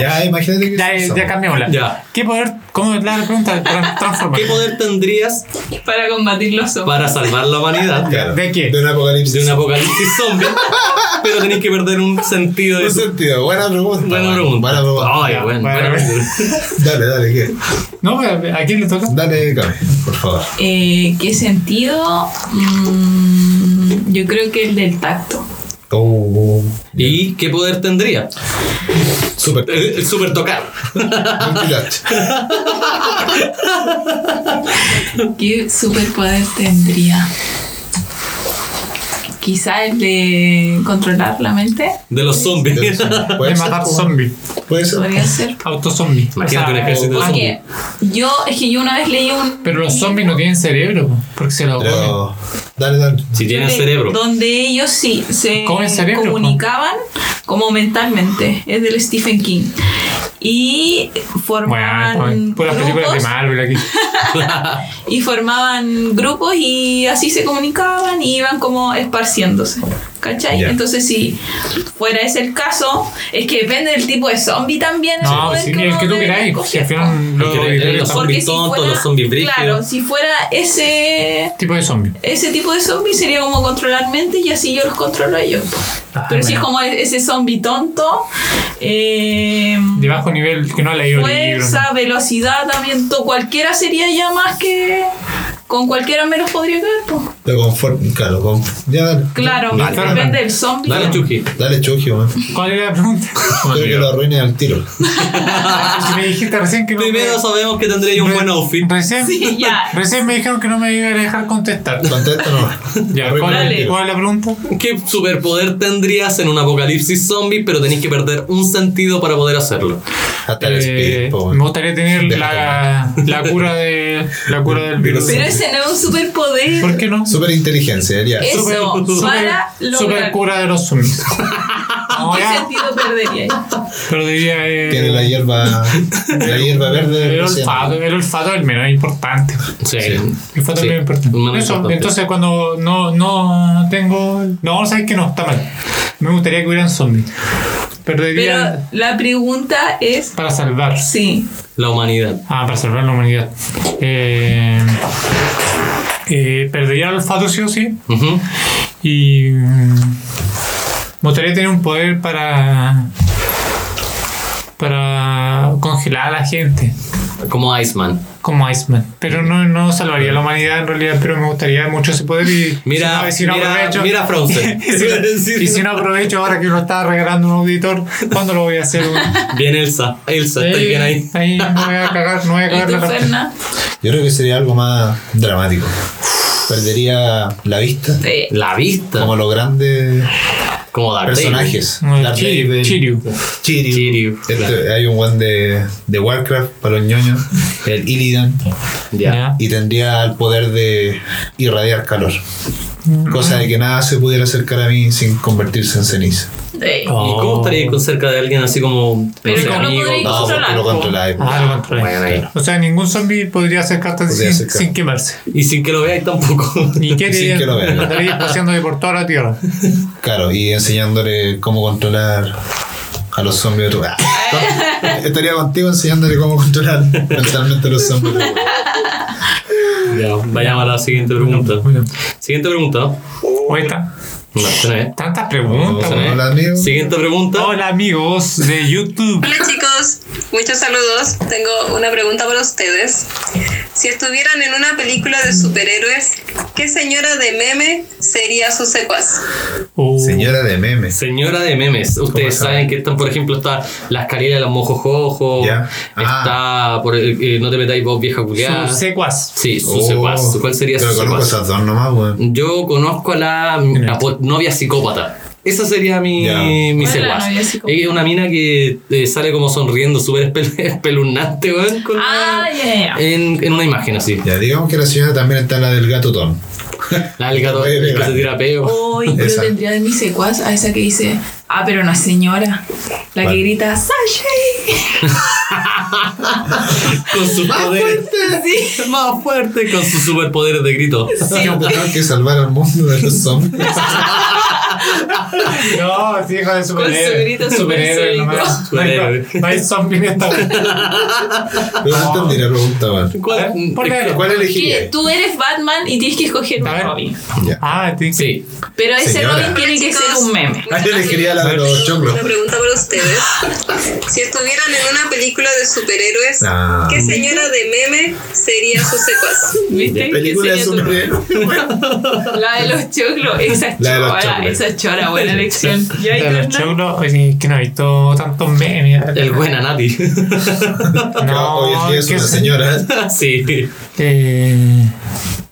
Ya, imagínate que.
Ya,
(laughs)
es un
ya cambiamosla.
Ya.
¿Qué poder? ¿Cómo es la pregunta? Tran- Transformar.
¿Qué poder tendrías
Para combatir los zombies.
para salvar la humanidad
zombie. Claro.
¿De qué?
De un apocalipsis.
de un apocalipsis zombie? pero tenéis que perder un sentido de
Un
tu-
sentido. Buena pregunta.
Buena
weón.
pregunta. Ah.
Buena pregunta.
Ay, bueno,
Buena
buena
pregunta.
pregunta.
Dale, dale, ¿qué?
No, pero ¿a quién le toca?
Dale, Cami, por favor.
Eh, ¿Qué sentido? Mm, yo creo que el del tacto.
Oh,
¿Y qué poder tendría?
super.
(laughs) El, el super tocar.
Multitouch.
¿Qué superpoder tendría? Quizá el de controlar la mente.
De los zombies.
De (laughs)
¿Puede ser?
matar zombies.
Puede ser.
Podría ser.
Autozombie.
pues. Imagínate un ejército de
Es
zombies.
que yo, es que yo una vez leí un.
Pero los zombies no tienen cerebro, porque se lo comen.
Pero. Dale, dale.
(laughs) Si tienen
donde-
cerebro.
Donde ellos sí se
Comen cerebro, ¿no?
comunicaban como mentalmente. Es del Stephen King. Y
Bueno,
formaban.
pues, ah, puras películas de
grupos.
Marvel aquí.
y formaban grupos y así se comunicaban y iban como esparciéndose. ¿Cachai?
Ya.
Entonces, si fuera ese el caso, es que depende del tipo de zombie también. el
No, pues,
poder
sí,
que
el
uno
que tú
debe
queráis. Si
escoger,
al final los
Porque
auditores
los
po.
son
zombies
Porque si
tontos,
fuera-
los zombies brígidos.
Claro, si fuera ese,
tipo de zombies.
ese tipo de zombie, sería como controlar mente y así yo los controlo a ellos. po.
Ah,
Pero si es
bueno.
como e- ese zombie tonto, eh,
De bajo nivel, que no ha leído el libro.
fuerza, velocidad, también, to- cualquiera sería ya más que. Con cualquiera menos podría caer, po.
Lo confort. Claro, confort. Ya, dale.
Claro,
Dale,
depende
dale.
del zombie.
Dale, Chucky.
Dale, Chucky, weón.
¿Cuál era la pregunta?
Creo que lo arruines al tiro.
Si me dijiste recién que no.
Primero
me...
sabemos que tendría un buen outfit.
Recién,
Sí, ya.
recién me dijeron que no me iba a dejar contestar.
Contesta nomás.
(laughs) Ya,
Arruina
¿cuál,
al
Dale.
tiro.
cuál es la pregunta?
¿Qué superpoder tendrías en un apocalipsis zombie, pero tenéis que perder un sentido para poder hacerlo?
Hasta el
Eh,
speed, po,
me
weón.
gustaría tener la, la cura de la cura del
Pero-
virus.
Pero ese no es un superpoder.
¿Por qué no?
Super inteligencia, diría.
Eso, para
super
lograr.
cura de los zombies.
(laughs)
No,
¿Qué
ya,
sentido perdería?
pero diría. eh,
Tiene la
(laughs)
hierba. La hierba verde.
El
recién.
olfato, el olfato es el menos importante.
Sí.
El olfato
Sí,
es el menos importante.
menos
Eso,
importante.
entonces cuando no, no tengo. No, sabes que no, está mal. Me gustaría que hubieran zombies. Pero
Pero
diría.
la pregunta es:
Para salvar.
sí,
La humanidad.
Ah, para salvar la humanidad. Eh, eh, perdería el olfato, sí o sí.
Ujú.
Y. mm, Me gustaría tener un poder para. para congelar a la gente.
Como Iceman.
como Iceman. Pero no, no salvaría a la humanidad en realidad, pero me gustaría mucho ese poder y
Mira,
y si no
mira,
aprovecho.
mira Frozen.
(laughs)
(laughs)
y, si, no- y si no aprovecho ahora que uno está regalando un auditor, ¿cuándo lo voy a hacer?
(laughs)
güey?
Bien Elsa. Elsa, estoy
Eh,
bien ahí.
Ahí no voy a cagar, no voy a
¿y
cagar
tú,
la parte.
Ferna?
Yo creo que sería algo más dramático. Perdería la vista.
Sí.
La vista.
Como los grandes
Como Darth Vader.
personajes.
Como
Darth
Chiryu,
Vader.
Chiryu.
Chiryu.
Chiryu,
Este,
claro. (laughs)
Hay un one de, de Warcraft para los ñoños. El Illidan.
Ya.
y tendría el poder de irradiar calor.
Mm.
Cosa de que nada se pudiera acercar a mí sin convertirse en ceniza.
Sí.
Oh.
¿Y cómo estaría con cerca de alguien así como
Pero
no sé,
¿cómo lo
amigo?
podría-
No.
No, porque
Controlar,
lo
po.
controláis.
Ah, lo controlé.
Bueno, ahí.
O sea, ningún zombie podría acercarte
Podría
sin,
acercar.
sin quemarse.
Y sin que lo veáis tampoco.
¿Y qué
Sin
harías?
que lo vean.
Andarías paseando por toda la tierra.
Claro, y enseñándole cómo controlar a los zombies de tu- Ah, Estaría contigo enseñándole cómo controlar mentalmente a los zombies. de tu-
(laughs) ya, vayamos a la siguiente pregunta.
Muy bien.
Siguiente pregunta.
Ahí está.
No, esta no es.
Vamos
Tantas preguntas.
a ver.
weón.
Hola, amigo.
Siguiente pregunta.
Hola amigos de YouTube.
Hola chicos, muchos saludos. Tengo una pregunta para ustedes. Si estuvieran en una película de superhéroes, ¿qué señora de meme sería su secuaz?
(laughs)
Oh.
Señora de memes.
Señora de memes, ustedes
está?
saben que están, por ejemplo, está la escalera de los mojojojo,
Ya. Ah.
está por el- eh, no te metáis vos vieja culiada.
Sus secuas.
Sí, su
Oh,
secuaz. ¿Cuál sería su
Pero conozco
secuaz?
esas dos nomás, weón.
Yo conozco a la, la po- novia psicópata. Esa sería mi,
Ya.
mi
¿Cuál es la
secuaz.
novia
Es
psicópata?
una mina que eh, sale como sonriendo, súper espel- (laughs) espeluznante, weón, con una-
Ah, ya, ya, ya.
en, en una imagen así.
Ya, digamos que la señora también está la del gato Tom.
La del gato
Oye,
el que
mira.
se tira
Oh.
peo.
(laughs)
Hoy yo
Esa.
tendría de mi secuaz a esa que dice, ah, pero no es señora. La
Vale.
que
(laughs)
grita, ¡Sashay!
(laughs) Con sus
(laughs)
poderes.
Sí.
Más fuerte con sus superpoderes de grito.
Tengo que salvar al mundo de los zombies.
(laughs)
No, sí, hija de
Con su
superhéroe.
grito
Superhéroe
supersónico. (laughs)
nomás.
Superhéroe.
No hay zombie en esta.
Pero no entendí la pregunta, weón.
¿Cuál?
Ponle-
¿Cuál
Que
elegiría?
tú eres Batman y tienes que escoger un
A ver.
Robin.
Ya.
Ah, tiene que-
Sí.
Pero ese
Señora.
Robin tiene que ser un meme.
Ah, yo elegiría la de los choclos.
Una pregunta para ustedes. Si estuvieran en una película de superhéroes,
Ah.
¿qué señora de meme sería su secuaz?
¿Viste?
Película
Que
de
sería tu-
superhéroes.
(laughs) La de
(laughs)
los choclos, esa es
La de los
chora,
choclos.
esa es chora, buena
(laughs)
elección. Y ahí
De los
anda.
choclos, oye, que no he visto tantos memes.
(laughs)
El buen Anati. (laughs)
No, hoy en día es
que
una
es-
señora. (laughs)
sí.
eh,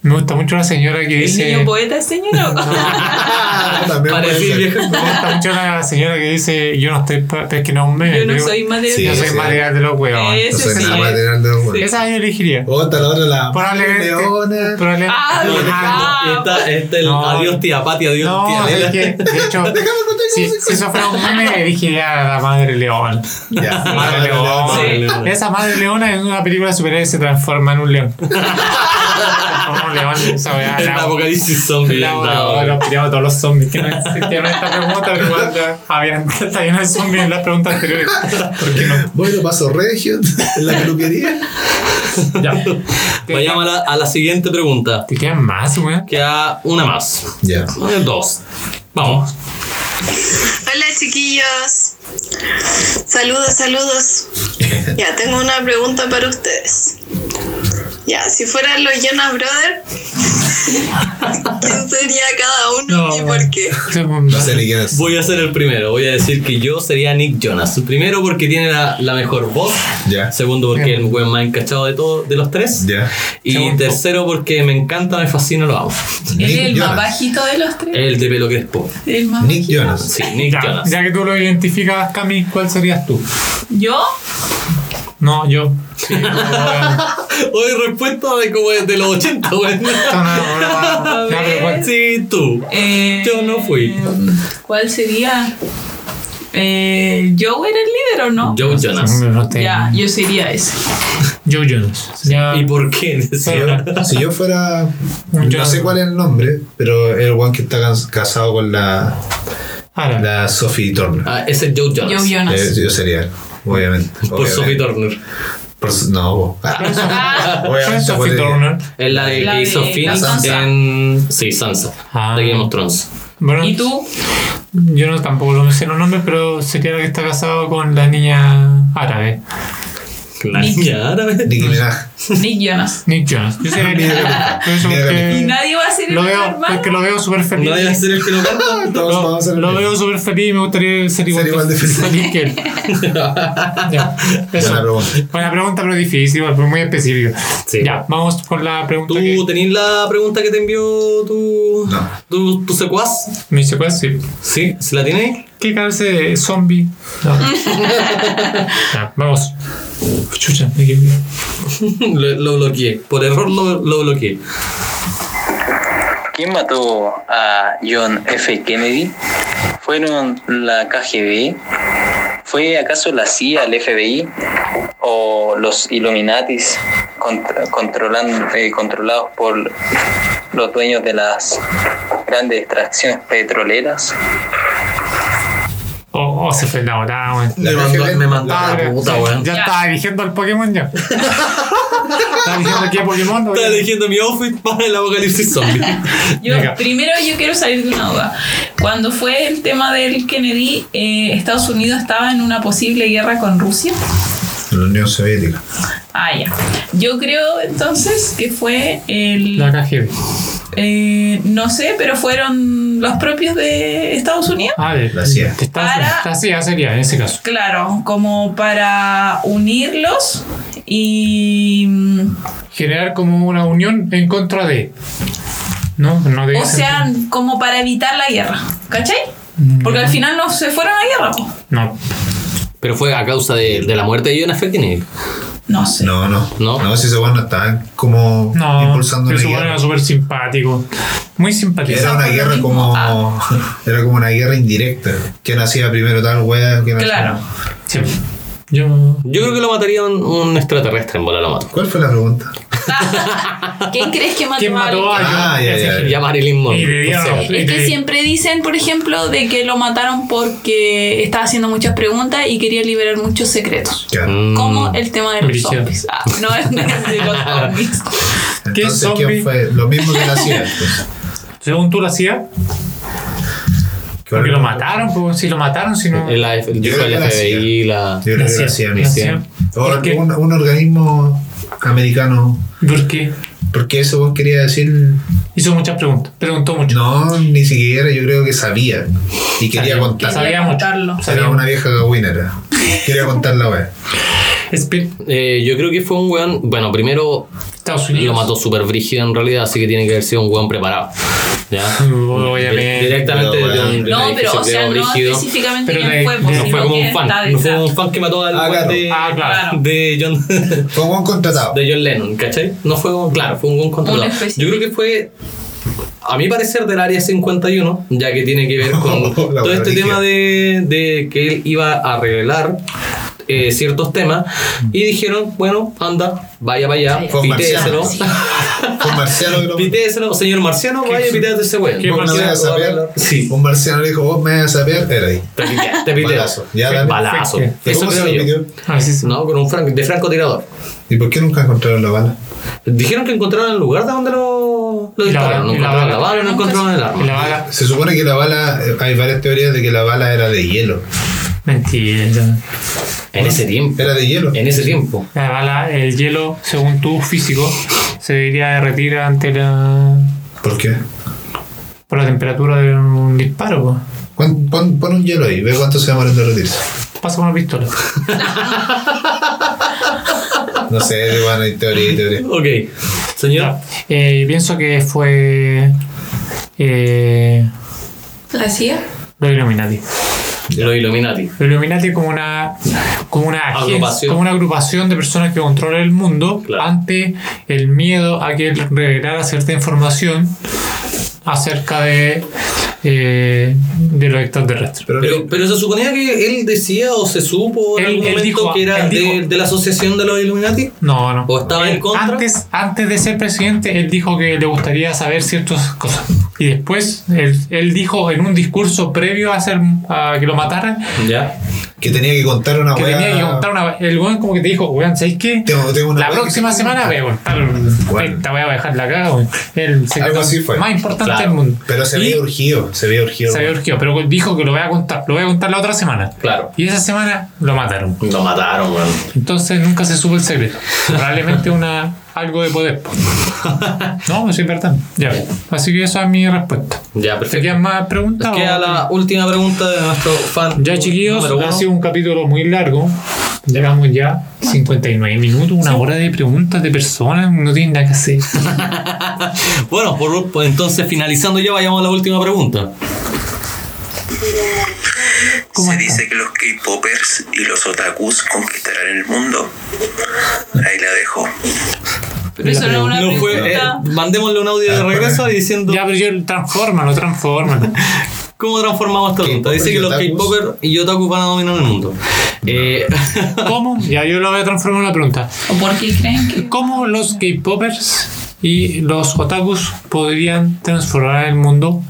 me gusta mucho la señora que
¿El
dice.
niño poeta es señora?
Ah, También puede
Parecía
ser.
vieja.
(laughs) Me gusta mucho la señora que dice: Yo no estoy. pa- Es que no es un meme.
Yo no
digo,
soy madre.
Sí.
yo soy material de los huevos.
Eso
No soy
sí.
nada material de los weones.
Esa yo elegiría.
Otra, la otra, la
Probablemente.
leona.
probablemente-
Ah,
No,
Ah,
no, Esta esta es el
no.
adiós tía Pati, adiós tía
no,
Lela.
es que, de hecho,
contar
si,
cómo se
si eso fuera un meme, elegiría a la madre león.
Ya.
Madre león.
Madre león.
Esa madre leona en una película de superhéroes se transforma en un león. Se transforma en un león, esa weá,
El
la-
apocalipsis zombie.
la-
no.
la- Los pillamos todos los zombies. Que no es que no esta pregunta, pero igual ya habían, (laughs) está lleno de zombies en las preguntas anteriores. ¿Por qué no?
Bueno, paso regio (laughs) en la peluquería.
Ya.
Vayamos a la, a la siguiente pregunta.
¿Te quedan más, weón?
Queda una más.
Ya.
Eh, Dos. Vamos.
Hola chiquillos. Saludos, saludos. Ya, tengo una pregunta para ustedes. Ya, si fueran los Jonas Brothers, ¿quién sería cada uno y por qué?
No sé ni quién es.
Voy a ser el primero. Voy a decir que yo sería Nick Jonas. Primero porque tiene la, la mejor voz.
Ya.
Segundo porque es el buen más encachado de todos, de los tres.
Ya.
Y
Segundo.
tercero porque me encanta, me fascina, lo amo.
Él es el más
Jonas. Eh,
bajito de los tres.
El de pelo crespo.
El más
Nick
bajito.
Jonas.
Sí, Nick
Ya,
Jonas.
ya que tú lo identificas, Cami, ¿cuál serías tú?
¿Yo?
No, yo. Sí, no, weón.
Hoy respuesta de como de los 80, weón.
No, no, no,
(laughs)
no. Ya, pero ¿cuál?
Sí, tú.
Eh,
Yo no fui.
¿Cuál sería? Eh, ¿Yo era el líder o no?
Joe Jonas.
No, no te-
Ya, yo sería ese.
Joe Jones.
Ah.
Ya.
¿Y por qué? (laughs)
Si yo, si yo fuera.
Un
No sé
Jonathan.
cuál es el nombre, pero el one que está cas- casado con la,
Ahora,
la Sophie Turner.
Ah, ese es Joe
Yo
Jonas.
Ah,
Jonas.
Eh, yo sería, obviamente.
Por Sophie
obviamente.
Turner.
Por su- no, vos.
Ah,
¿cuál
Obviamente,
es Sophie
pues,
Turner?
Es la de
La
que
de-
hizo
la
Phoenix
Sansa.
en. Sí, Sansa.
Ah.
De Game of Thrones.
Bueno,
¿Y tú?
Yo no tampoco lo sé los nombres, pero sería la que está casado con la niña árabe.
La niña árabe.
Nicki Minaj.
Nick Jonas.
Nick Jones.
(laughs)
Yo sería Nick Jonas.
Mira,
Porque
Y nadie va a ser el
Eh, lo veo,
hermano.
porque lo veo súper feliz.
No vaya a ser el que lo
(laughs)
canta.
Todos
Lo,
vamos a hacer
lo
el
veo
mismo.
súper feliz y me gustaría ser igual,
igual de feliz.
que él.
(laughs)
Ya, eso.
Buena pregunta.
Buena pregunta, pero difícil, igual, fue muy específica.
Sí.
Ya, vamos con la pregunta.
¿Tú
que-
tenés la pregunta que te envió tu.
No.
tu, tu secuaz?
Me dice, pues, sí.
Sí, ¿se la tiene?
¿Qué clase de zombie?
(laughs)
No. Ya, vamos. Chucha, me equivoqué.
(laughs) lo, lo bloqueé. Por error lo, lo bloqueé.
¿Quién mató a John F. Kennedy? ¿Fueron la KGB? ¿Fue acaso la CIA, el FBI o los Illuminatis cont- controlan- eh, controlados por los dueños de las grandes extracciones petroleras?
Oh, oh, se fue la volada, weón.
La
Me mandó,
KGB,
me mandó
Ah,
a
Padre,
la puta, weón.
Ya
Ya.
estaba eligiendo al Pokémon ya. estaba eligiendo qué Pokémon.
Estaba
weón.
eligiendo mi outfit para el apocalipsis
(laughs)
zombie.
Yo,
Venga.
primero yo quiero salir de una duda. Cuando fue el tema del Kennedy, eh, Estados Unidos estaba en una posible guerra con Rusia.
La Unión Soviética.
Ah, ya. Yo creo entonces que fue el...
La KGB.
eh, no sé, pero fueron los propios de Estados Unidos.
Ah, de,
La CIA.
de Estados
Para-
Unidos. La CIA sería en ese caso.
Claro, como para unirlos y... mm,
Generar como una unión en contra de. No, no de.
O sea, como para evitar la guerra. ¿Cachai?
Mm.
Porque al final no se fueron a guerra. po.
No.
Pero fue a causa de, de la muerte de John F. Kennedy.
No sé.
No, no.
No.
No, si ese weón no estaban como
No,
impulsando
pero
una
su weón era
guerra.
súper simpático. Muy
Era
simpático.
una guerra como.
Ah.
(laughs) Era como una guerra indirecta. ¿Quién hacía primero tal wea? ¿Quién hacía-
Claro.
Sí. Yo.
Yo creo que lo mataría un, un extraterrestre en bola lo mató.
¿Cuál fue la pregunta?
(laughs) ¿Quién crees que mató,
¿Quién mató a
alguien?
Ah,
John
ya,
F.
ya,
Kennedy?
Ya Marilyn
Y de
Monroe.
día
o sea.
no.
Es que siempre dicen, por ejemplo, de que lo mataron porque estaba haciendo muchas preguntas y quería liberar muchos secretos.
Claro.
Mm.
Como el tema de los
Brígido.
zombies. Ah, no (laughs) es de los zombies.
¿Qué
Entonces,
zombie?
¿quién fue? Lo mismo que la CIA. pues.
(laughs)
entonces.
Según tú la CIA, porque lo mataron, pues, si lo mataron, si no.
El, AF-
Yo
dijo
creo
el
que ¿eh? la
FBI, la...
Yo creo que la CIA mismo.
CIA.
O
¿Por qué?
un, un organismo americano.
¿Por qué?
Porque eso vos quería decir.
Hizo muchas preguntas, preguntó mucho.
No, ni siquiera yo creo que sabía. Y quería
Sabía.
contar.
Sabía
Quería
mucho.
matarlo.
Era una vieja gawinera. Quería contar la wea.
Es pe-
Eh, yo creo que fue un weón. Bueno, primero
Estados
lo
Unidos.
mató súper brígido en realidad, así que tiene que haber sido un weón preparado. ¿Ya?
(laughs) Obviamente.
Di- Directamente
Pero,
desde
weón.
un, desde
No,
un
pero o
edificio
sea,
que
no
era brígido.
específicamente
Pero
quién
de-
fue,
de-
pues,
No
sino
fue como
que
un fan, no
está
fue como
detrás.
un fan que mató al
Ah,
weón
claro.
de,
Ah, claro.
de John (laughs) de
Fue un contratado.
John Lennon, ¿cachai? No fue un, claro, fue un buen controlado.
Un específico.
Yo creo que fue a mi parecer del área 51, ya que tiene que
(laughs)
ver con
La
Oh,
todo
buena
este
origen.
tema de, de que él iba a revelar eh, ciertos temas y dijeron, bueno, anda, vaya para allá,
Fue un
pitéselo.
marciano.
(laughs)
Fue un marciano que lo
Pitéselo, señor marciano, vaya, pitéselo ese weón.
qué (laughs)
Vos me
marciano?
vas a sapear.
Sí.
Un marciano le dijo, vos me vas a sapear, era ahí.
Te pitea, te pitea.
Balazo. Ya, dale.
Balazo.
¿Pero
¿Y
Eso
cómo se
creo
lo
yo.
pidió?
A veces sí.
No, con un franco, de francotirador.
¿Y por qué nunca encontraron la bala?
Dijeron que encontraron el lugar de donde lo, lo
Y la
dispararon. No
bala, y la
encontraron
bala.
la bala, no encontraron el
Y
arma.
la bala.
Se supone que la bala, eh, hay varias teorías de que la bala era de hielo.
Mentira.
En ese tiempo.
Era de hielo.
Eh.
En ese tiempo.
La bala, el hielo, según tu físico, se debería derretir ante la.
¿Por qué?
por la temperatura de un disparo, po.
Pon, pon- pon un hielo ahí, ve cuánto se demora en derretirse.
Pasa con una pistola.
No sé, bueno, hay teoría y teoría.
Ok. Señor.
Ya. Eh, pienso que fue. Eh,
Así es.
los Illuminati.
Los Illuminati.
Los Illuminati como una como una agencia-
Agrupación.
como una agrupación de personas que controlan el mundo
Claro.
ante el miedo a que él revelara cierta información acerca de eh, de los extraterrestres.
Pero,
Pero, pero se suponía que él decía o se supo en
Él-
algún
él
momento
dijo-
que era
él dijo-
de, de la asociación de los Illuminati.
No, no.
¿O estaba en
Él
contra?
Antes, antes de ser presidente, él dijo que le gustaría saber ciertas cosas. Y después, él, él dijo en un discurso previo a, ser, a que lo mataran,
Ya.
que tenía que contar una
que
weá.
tenía que contar una... El weón como que te dijo, weón, ¿sabéis qué?
Tengo, tengo una
La
weá que
próxima
tengo que
semana
contar.
veo
Bueno.
Esta voy a dejarla acá, weón. El secreto
así fue.
más importante
Claro,
del mundo.
Pero se
Y
veía urgido, se veía urgido.
se había urgido, pero dijo que lo voy a contar, lo voy a contar la otra semana.
Claro.
Y esa semana lo mataron.
Lo mataron, weón.
Entonces nunca se supo el secreto. Probablemente una algo
(laughs)
de poder. No, eso es verdad. Ya. Así que esa es mi respuesta.
Ya,
¿Te
perfecto.
quedan más preguntas?
Nos
o-
queda la última pregunta de nuestro fan.
Ya chiquillos,
número uno.
ha sido un capítulo muy largo. Llevamos ya 59 minutos, una hora de preguntas de personas, no tienen nada que hacer.
(laughs) Bueno, pues por, por- entonces finalizando ya vayamos a la última pregunta.
¿Cómo
Se
está?
dice que los K-popers y los otakus conquistarán el mundo. Ahí la dejo.
Pero eso no es una
No fue, eh,
pregunta.
mandémosle un audio de regreso y diciendo
Ya, Ah, pero yo transfórmalo, transfórmalo.
cómo transformamos esta pregunta.
K-popers
Dice que
y
los
otakus.
K-Popers y Otaku van a dominar el mundo. Eh, (laughs)
¿Cómo? Ya, yo lo voy a transformar en una pregunta.
¿O por qué creen que.?
¿Cómo los K-popers y los otakus podrían transformar el mundo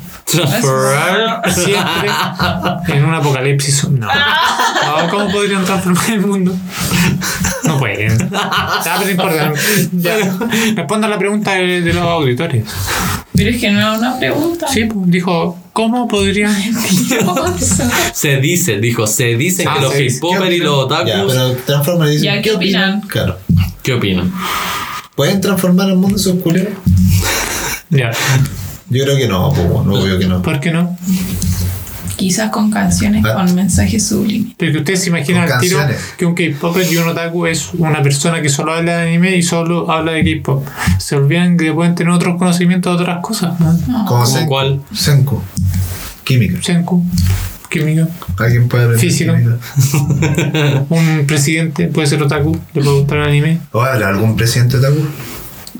transformar.
siempre en un apocalipsis? No. No, ¿Cómo podrían transformar el mundo? No pueden. Ya, pero no importa. Ya. Responda a la pregunta de, de los auditores.
Pero es que no es una pregunta.
Sí, pues, dijo, ¿cómo podrían?
Se dice, dijo, se dice
Ah,
que los
se dice.
K-Popers y
¿Qué
los
opinan? Ya,
Otakus.
pero transforman y dicen,
Ya, ¿qué opinan?
Claro.
¿Qué opinan?
¿Pueden transformar el mundo esos culeros?
Ya.
Yo creo que no, po, no creo que no.
¿Por qué no?
(laughs) Quizás con canciones
Ah.
con mensajes subliminales.
Porque ustedes se imaginan
Con
al tiro
canciones.
que un K-Popper y un otaku es una persona que solo habla de anime y solo habla de K-Pop. Se olvidan que pueden tener otros conocimientos de otras cosas. ¿no?
Como
¿Cómo
Senku.
cuál?
Senku. Química.
Senku, químico,
¿Alguien puede aprender
Físico.
química?
un presidente, puede ser otaku, le puede gustar el anime.
¿O habrá algún presidente otaku?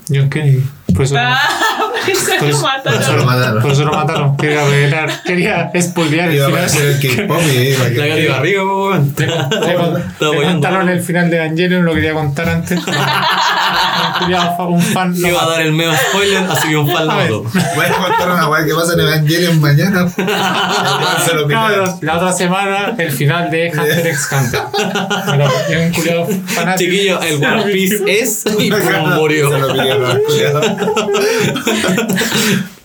John Kennedy, por eso,
Ah, por eso
por
lo
eso-
Por eso lo
mataron.
por
mataron.
eso lo mataron. Quería revelar, quería spoilear
Iba a
el final.
aparecer el K-pop y iba a
La Gati
quedar-
Barriga, po, weón.
Le con-
Estaba
le
apoyando.
contaron el final de Evangelion, lo quería contar
(laughs)
antes. Un culiao, Un fan lo
Iba a dar el medio spoiler, así que un pal
A ver.
no.
Voy a contar una weá que pasa en Evangelion mañana. Se lo
Cabros, la otra semana el final de Hunter x Hunter.
(laughs)
Bueno, es un culiado fanático.
Chiquillo, el One Piece
(laughs)
es y pum, murió.
Se lo pidieron, culiao.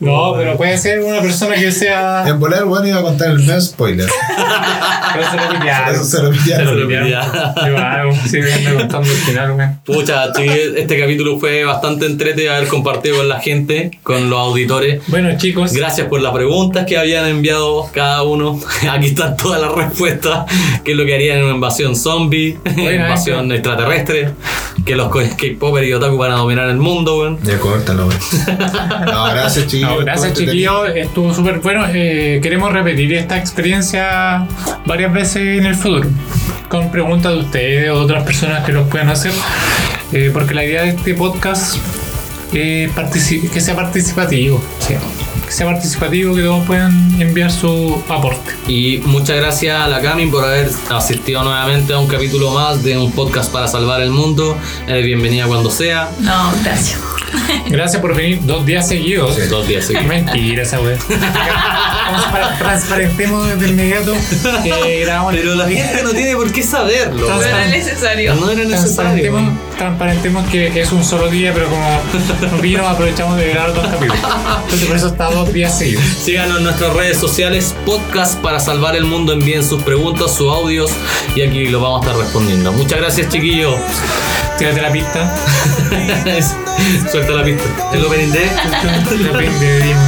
No, pero puede ser una persona que sea.
En volar, bueno, iba a contar el medio spoiler.
Pero se lo
Eso
pillaron.
se lo pidieron.
Yo hago, sí, me contando el final, weón.
Pucha, chiquillo, este capítulo fue bastante entrete de haber compartido con la gente, con los auditores.
Bueno, chicos,
Gracias por las preguntas que habían enviado cada uno. (laughs) Aquí están todas las respuestas. ¿Qué es lo que harían en una invasión zombie? (laughs)
Buena
invasión
esa.
extraterrestre. Que los co- K-Popper y Otaku van a dominar el mundo, weón.
Ya córtalo, wey. No, gracias, chiquillos.
No, gracias
Estuvo
chiquillo, estuvo súper bueno. Eh, queremos repetir esta experiencia varias veces en el futuro, con preguntas de ustedes o de otras personas que los puedan hacer, Eh, porque la idea de este podcast es partici- que sea participativo, o sea, que sea participativo, que todos puedan enviar su aporte.
Y muchas gracias a la Cami por haber asistido nuevamente a un capítulo más de un podcast para salvar el mundo. Eres bienvenida cuando sea.
(laughs) No, gracias.
Gracias por venir dos días seguidos.
Dos días
(laughs) Qué
seguidos.
Mentira esa wea. Vamos para transparentemos desde inmediato que grabamos el
Pero la gente no tiene por qué saberlo.
No
weón.
era necesario.
No era necesario.
Transparentemos, transparentemos que es un solo día, pero como vino aprovechamos de grabar dos capítulos. Entonces por eso está dos días seguidos.
Síganos en nuestras redes sociales, podcast para salvar el mundo. Envíen sus preguntas, sus audios y aquí lo vamos a estar respondiendo. Muchas gracias, (laughs) chiquillos.
Tírate la
(laughs)
pista.
Suelta la pista. El opening de-
Depende de Demon.